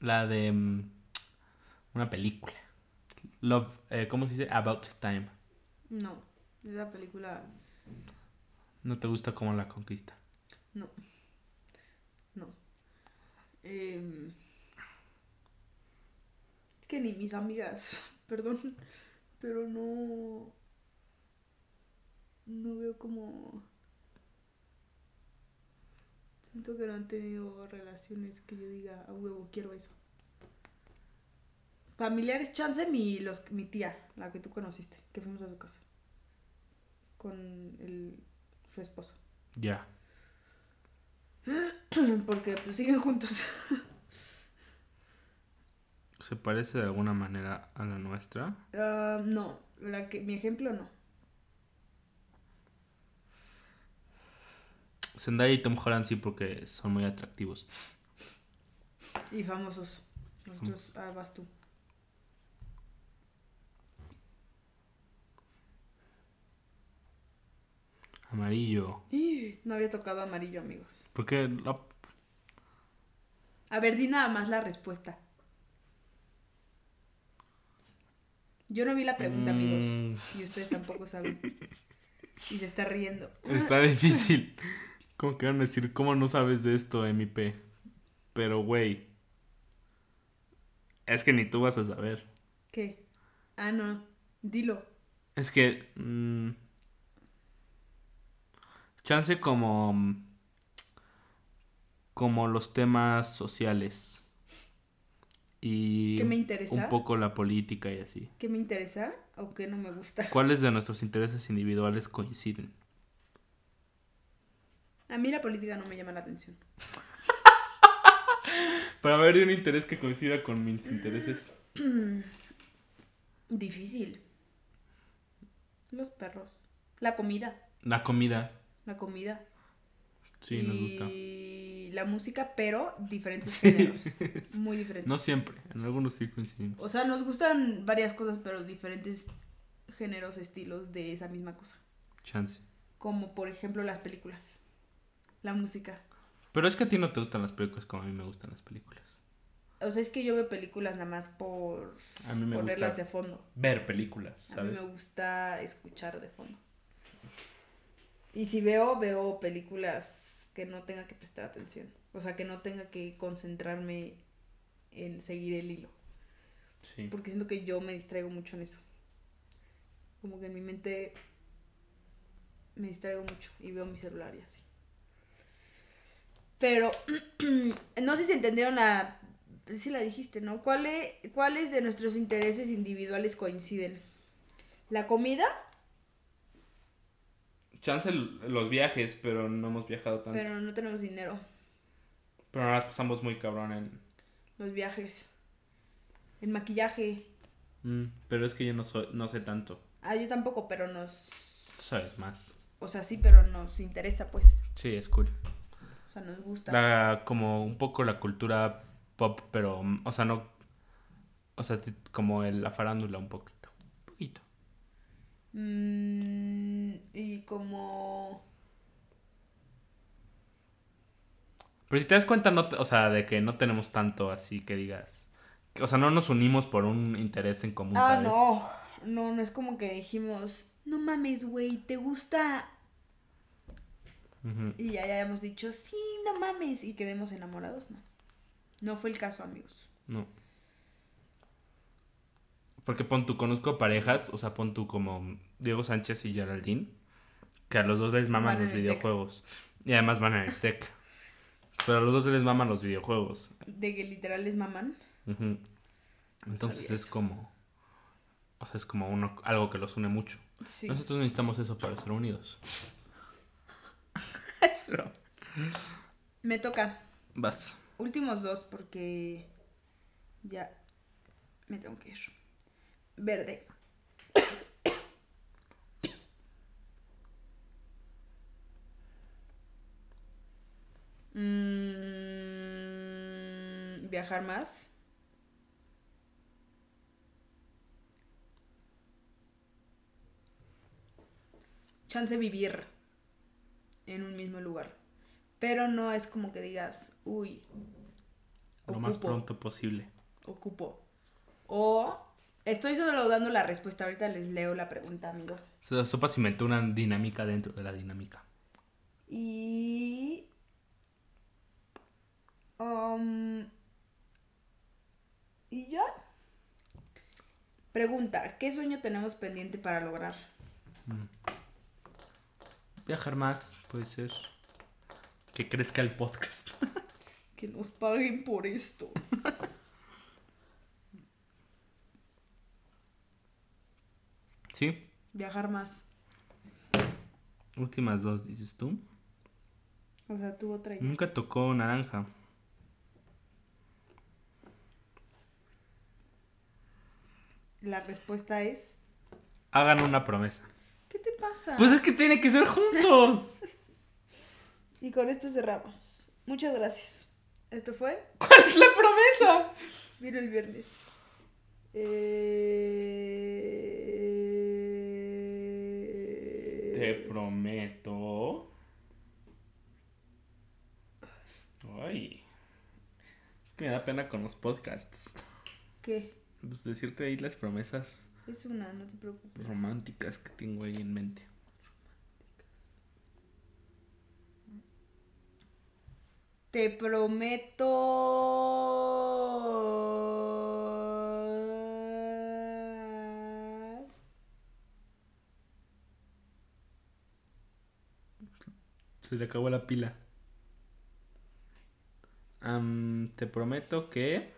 [SPEAKER 1] La de... mm, Una película. Love... eh, ¿Cómo se dice? About Time.
[SPEAKER 2] No, esa película...
[SPEAKER 1] ¿No te gusta cómo la conquista?
[SPEAKER 2] No. Em, es que ni mis amigas, perdón, pero no... No veo como... Siento que no han tenido relaciones que yo diga, a huevo, quiero eso. Familiares, chance, mi, los, mi tía, la que tú conociste, que fuimos a su casa. Con el, su esposo.
[SPEAKER 1] Ya.
[SPEAKER 2] Porque pues, siguen juntos.
[SPEAKER 1] ¿Se parece de alguna manera a la nuestra?
[SPEAKER 2] Ah, no, la que, mi ejemplo no.
[SPEAKER 1] Zendaya y Tom Holland sí porque son muy atractivos.
[SPEAKER 2] Y famosos. Nosotros, ah, vas tú.
[SPEAKER 1] Amarillo.
[SPEAKER 2] ¡Ih! No había tocado amarillo, amigos.
[SPEAKER 1] Porque la...
[SPEAKER 2] A ver, di nada más la respuesta. Yo no vi la pregunta, amigos.
[SPEAKER 1] Mm.
[SPEAKER 2] Y ustedes tampoco saben. Y se está riendo.
[SPEAKER 1] está difícil. ¿Cómo que van a decir? ¿Cómo no sabes de esto, MIP? Pero, güey. Es que ni tú vas a saber.
[SPEAKER 2] ¿Qué? Ah, no. Dilo.
[SPEAKER 1] Es que. mm, chance como. mm, Como los temas sociales. Y.
[SPEAKER 2] ¿Qué me interesa?
[SPEAKER 1] Un poco la política y así.
[SPEAKER 2] ¿Qué me interesa o qué no me gusta?
[SPEAKER 1] ¿Cuáles de nuestros intereses individuales coinciden?
[SPEAKER 2] A mí la política no me llama la atención.
[SPEAKER 1] Para ver de un interés que coincida con mis intereses.
[SPEAKER 2] Difícil. Los perros. La comida.
[SPEAKER 1] La comida.
[SPEAKER 2] La comida.
[SPEAKER 1] Sí, nos gusta.
[SPEAKER 2] Y la música, pero diferentes
[SPEAKER 1] Sí.
[SPEAKER 2] géneros. Muy diferentes.
[SPEAKER 1] No siempre, en algunos sí coincidimos.
[SPEAKER 2] O sea, nos gustan varias cosas, pero diferentes géneros, estilos de esa misma cosa.
[SPEAKER 1] Chance.
[SPEAKER 2] Como por ejemplo las películas. La música.
[SPEAKER 1] Pero es que a ti no te gustan las películas como a mí me gustan las películas.
[SPEAKER 2] O sea, es que yo veo películas nada más por
[SPEAKER 1] A mí me
[SPEAKER 2] ponerlas
[SPEAKER 1] gusta
[SPEAKER 2] de fondo.
[SPEAKER 1] ver películas,
[SPEAKER 2] A mí
[SPEAKER 1] ¿sabes?
[SPEAKER 2] me gusta escuchar de fondo. Y si veo, veo películas que no tenga que prestar atención. O sea, que no tenga que concentrarme en seguir el hilo.
[SPEAKER 1] Sí.
[SPEAKER 2] Porque siento que yo me distraigo mucho en eso. Como que en mi mente me distraigo mucho y veo mi celular y así. Pero no sé si entendieron la... Sí la dijiste, ¿no? ¿Cuál e- ¿Cuáles de nuestros intereses individuales coinciden? ¿La comida?
[SPEAKER 1] Chance l- los viajes, pero no hemos viajado tanto. Pero,
[SPEAKER 2] Pero no tenemos dinero.
[SPEAKER 1] no las pasamos muy cabrón en...
[SPEAKER 2] Los viajes. El maquillaje.
[SPEAKER 1] Mm, pero es que yo no, soy, no sé tanto.
[SPEAKER 2] Ah, yo tampoco, pero nos...
[SPEAKER 1] Tú sabes más.
[SPEAKER 2] O sea, sí, pero nos interesa, pues.
[SPEAKER 1] Sí, es cool.
[SPEAKER 2] O sea, nos gusta.
[SPEAKER 1] La, como un poco la cultura pop, pero... mm, O sea, no... O sea, ti- como el- la farándula un poquito. Un poquito.
[SPEAKER 2] Mm, y como...
[SPEAKER 1] Pero si te das cuenta, no, te- o sea, de que no tenemos tanto así que digas. que- O sea, no nos unimos por un interés en común.
[SPEAKER 2] Ah,
[SPEAKER 1] ¿sabes?
[SPEAKER 2] no. No, no es como que dijimos, no mames, güey, ¿te gusta?
[SPEAKER 1] Ujú.
[SPEAKER 2] Y ya hayamos dicho, sí, no mames, y quedemos enamorados, no. No fue el caso, amigos.
[SPEAKER 1] No. Porque pon tú, conozco parejas, o sea, pon tú como Diego Sánchez y Geraldine, que a los dos les maman
[SPEAKER 2] Van en
[SPEAKER 1] los
[SPEAKER 2] el Tec.
[SPEAKER 1] videojuegos. Y además van en el tech. Pero a los dos les maman los videojuegos.
[SPEAKER 2] De que literal les maman.
[SPEAKER 1] Ujú. Entonces
[SPEAKER 2] sabía
[SPEAKER 1] es
[SPEAKER 2] eso.
[SPEAKER 1] como. O sea, es como uno, algo que los une mucho.
[SPEAKER 2] Sí.
[SPEAKER 1] Nosotros necesitamos eso para ser unidos.
[SPEAKER 2] Es broma. Me toca.
[SPEAKER 1] Vas.
[SPEAKER 2] Últimos dos, porque ya me tengo que ir. Verde. Mm, viajar más. Chance vivir en un mismo lugar. Pero no es como que digas, uy,
[SPEAKER 1] Lo más
[SPEAKER 2] Ocupo.
[SPEAKER 1] pronto posible.
[SPEAKER 2] ocupo. O estoy solo dando la respuesta. Ahorita les leo la pregunta, amigos.
[SPEAKER 1] La sopa cimentó una dinámica dentro de la dinámica.
[SPEAKER 2] Y. um, ¿Y ya? Pregunta: ¿Qué sueño tenemos pendiente para lograr?
[SPEAKER 1] Viajar más, puede ser. Que crezca el podcast.
[SPEAKER 2] Que nos paguen por esto.
[SPEAKER 1] ¿Sí?
[SPEAKER 2] Viajar más.
[SPEAKER 1] Últimas dos, dices tú.
[SPEAKER 2] O sea, tuvo otra idea.
[SPEAKER 1] Nunca tocó naranja.
[SPEAKER 2] La respuesta es:
[SPEAKER 1] Hagan una promesa.
[SPEAKER 2] ¿Qué te pasa?
[SPEAKER 1] Pues es que tiene que ser juntos.
[SPEAKER 2] Y con esto cerramos. Muchas gracias. Esto fue
[SPEAKER 1] ¿Cuál es la promesa?
[SPEAKER 2] Vino el viernes. Eh...
[SPEAKER 1] Te prometo. Ay. Es que me da pena con los podcasts.
[SPEAKER 2] ¿Qué?
[SPEAKER 1] Pues decirte ahí las promesas
[SPEAKER 2] Es una, no te preocupes.
[SPEAKER 1] románticas que tengo ahí en mente.
[SPEAKER 2] Te prometo.
[SPEAKER 1] Se le acabó la pila. Am, te prometo que.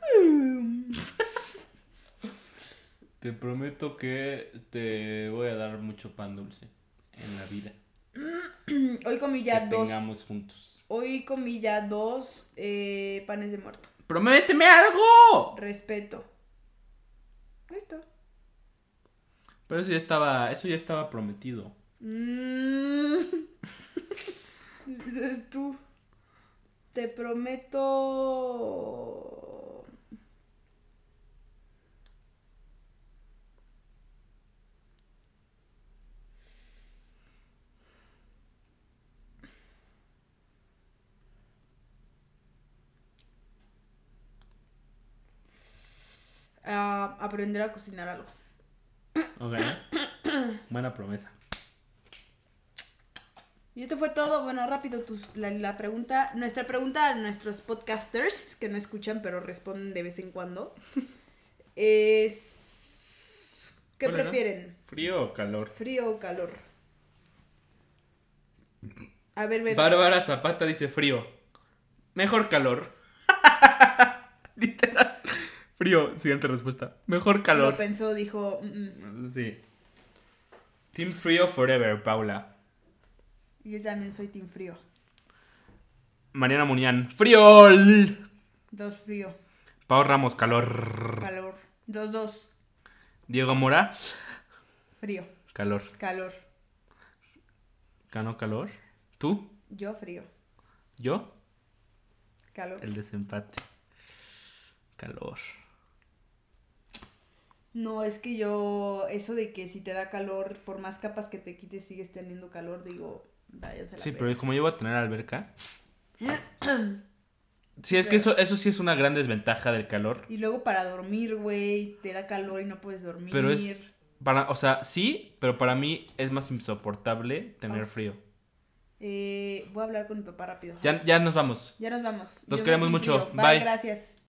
[SPEAKER 1] Te prometo que te voy a dar mucho pan dulce en la vida.
[SPEAKER 2] Hoy comí ya
[SPEAKER 1] que
[SPEAKER 2] dos.
[SPEAKER 1] tengamos juntos.
[SPEAKER 2] Hoy comí ya dos eh, panes de muerto.
[SPEAKER 1] ¡Prométeme algo!
[SPEAKER 2] Respeto. Listo.
[SPEAKER 1] Pero eso ya estaba. Eso ya estaba prometido.
[SPEAKER 2] Mm. Dices tú. Te prometo. Ah, aprender a cocinar algo.
[SPEAKER 1] Ok. Buena promesa.
[SPEAKER 2] Y esto fue todo. Bueno, rápido tus- la, la pregunta, nuestra pregunta a nuestros podcasters que no escuchan pero responden de vez en cuando es ¿qué
[SPEAKER 1] ¿Cuál era?
[SPEAKER 2] prefieren?
[SPEAKER 1] ¿Frío o calor?
[SPEAKER 2] ¿Frío o calor? A ver, ver.
[SPEAKER 1] Bárbara Zapata dice frío. Mejor calor. Literal. Frío, siguiente respuesta. Mejor
[SPEAKER 2] Lo
[SPEAKER 1] calor.
[SPEAKER 2] pensó, dijo. "Mm, mm".
[SPEAKER 1] Sí. Team Frío Forever, Paula.
[SPEAKER 2] Yo también soy team frío.
[SPEAKER 1] Mariana Munián, friol.
[SPEAKER 2] Dos frío,
[SPEAKER 1] Pau Ramos, calor.
[SPEAKER 2] calor. Dos dos
[SPEAKER 1] Diego Mora,
[SPEAKER 2] frío,
[SPEAKER 1] calor.
[SPEAKER 2] calor.
[SPEAKER 1] Ganó calor. ¿Tú?
[SPEAKER 2] Yo frío,
[SPEAKER 1] ¿Yo?
[SPEAKER 2] calor.
[SPEAKER 1] El desempate. Calor.
[SPEAKER 2] No, es que yo, eso de que si te da calor, por más capas que te quites, sigues teniendo calor, digo, váyanse a la
[SPEAKER 1] Sí,
[SPEAKER 2] verga.
[SPEAKER 1] pero como yo voy a tener alberca. Sí, es que eso, eso sí es una gran desventaja del calor.
[SPEAKER 2] Y luego para dormir, güey, te da calor y no puedes dormir.
[SPEAKER 1] Pero es. Para, o sea, sí, pero para mí es más insoportable tener
[SPEAKER 2] Pausa.
[SPEAKER 1] frío.
[SPEAKER 2] Eh, voy a hablar con mi papá rápido.
[SPEAKER 1] Ya, ya nos vamos.
[SPEAKER 2] Ya nos vamos.
[SPEAKER 1] Los
[SPEAKER 2] Yo
[SPEAKER 1] queremos
[SPEAKER 2] me
[SPEAKER 1] mucho.
[SPEAKER 2] frío.
[SPEAKER 1] Bye.
[SPEAKER 2] Bye, gracias.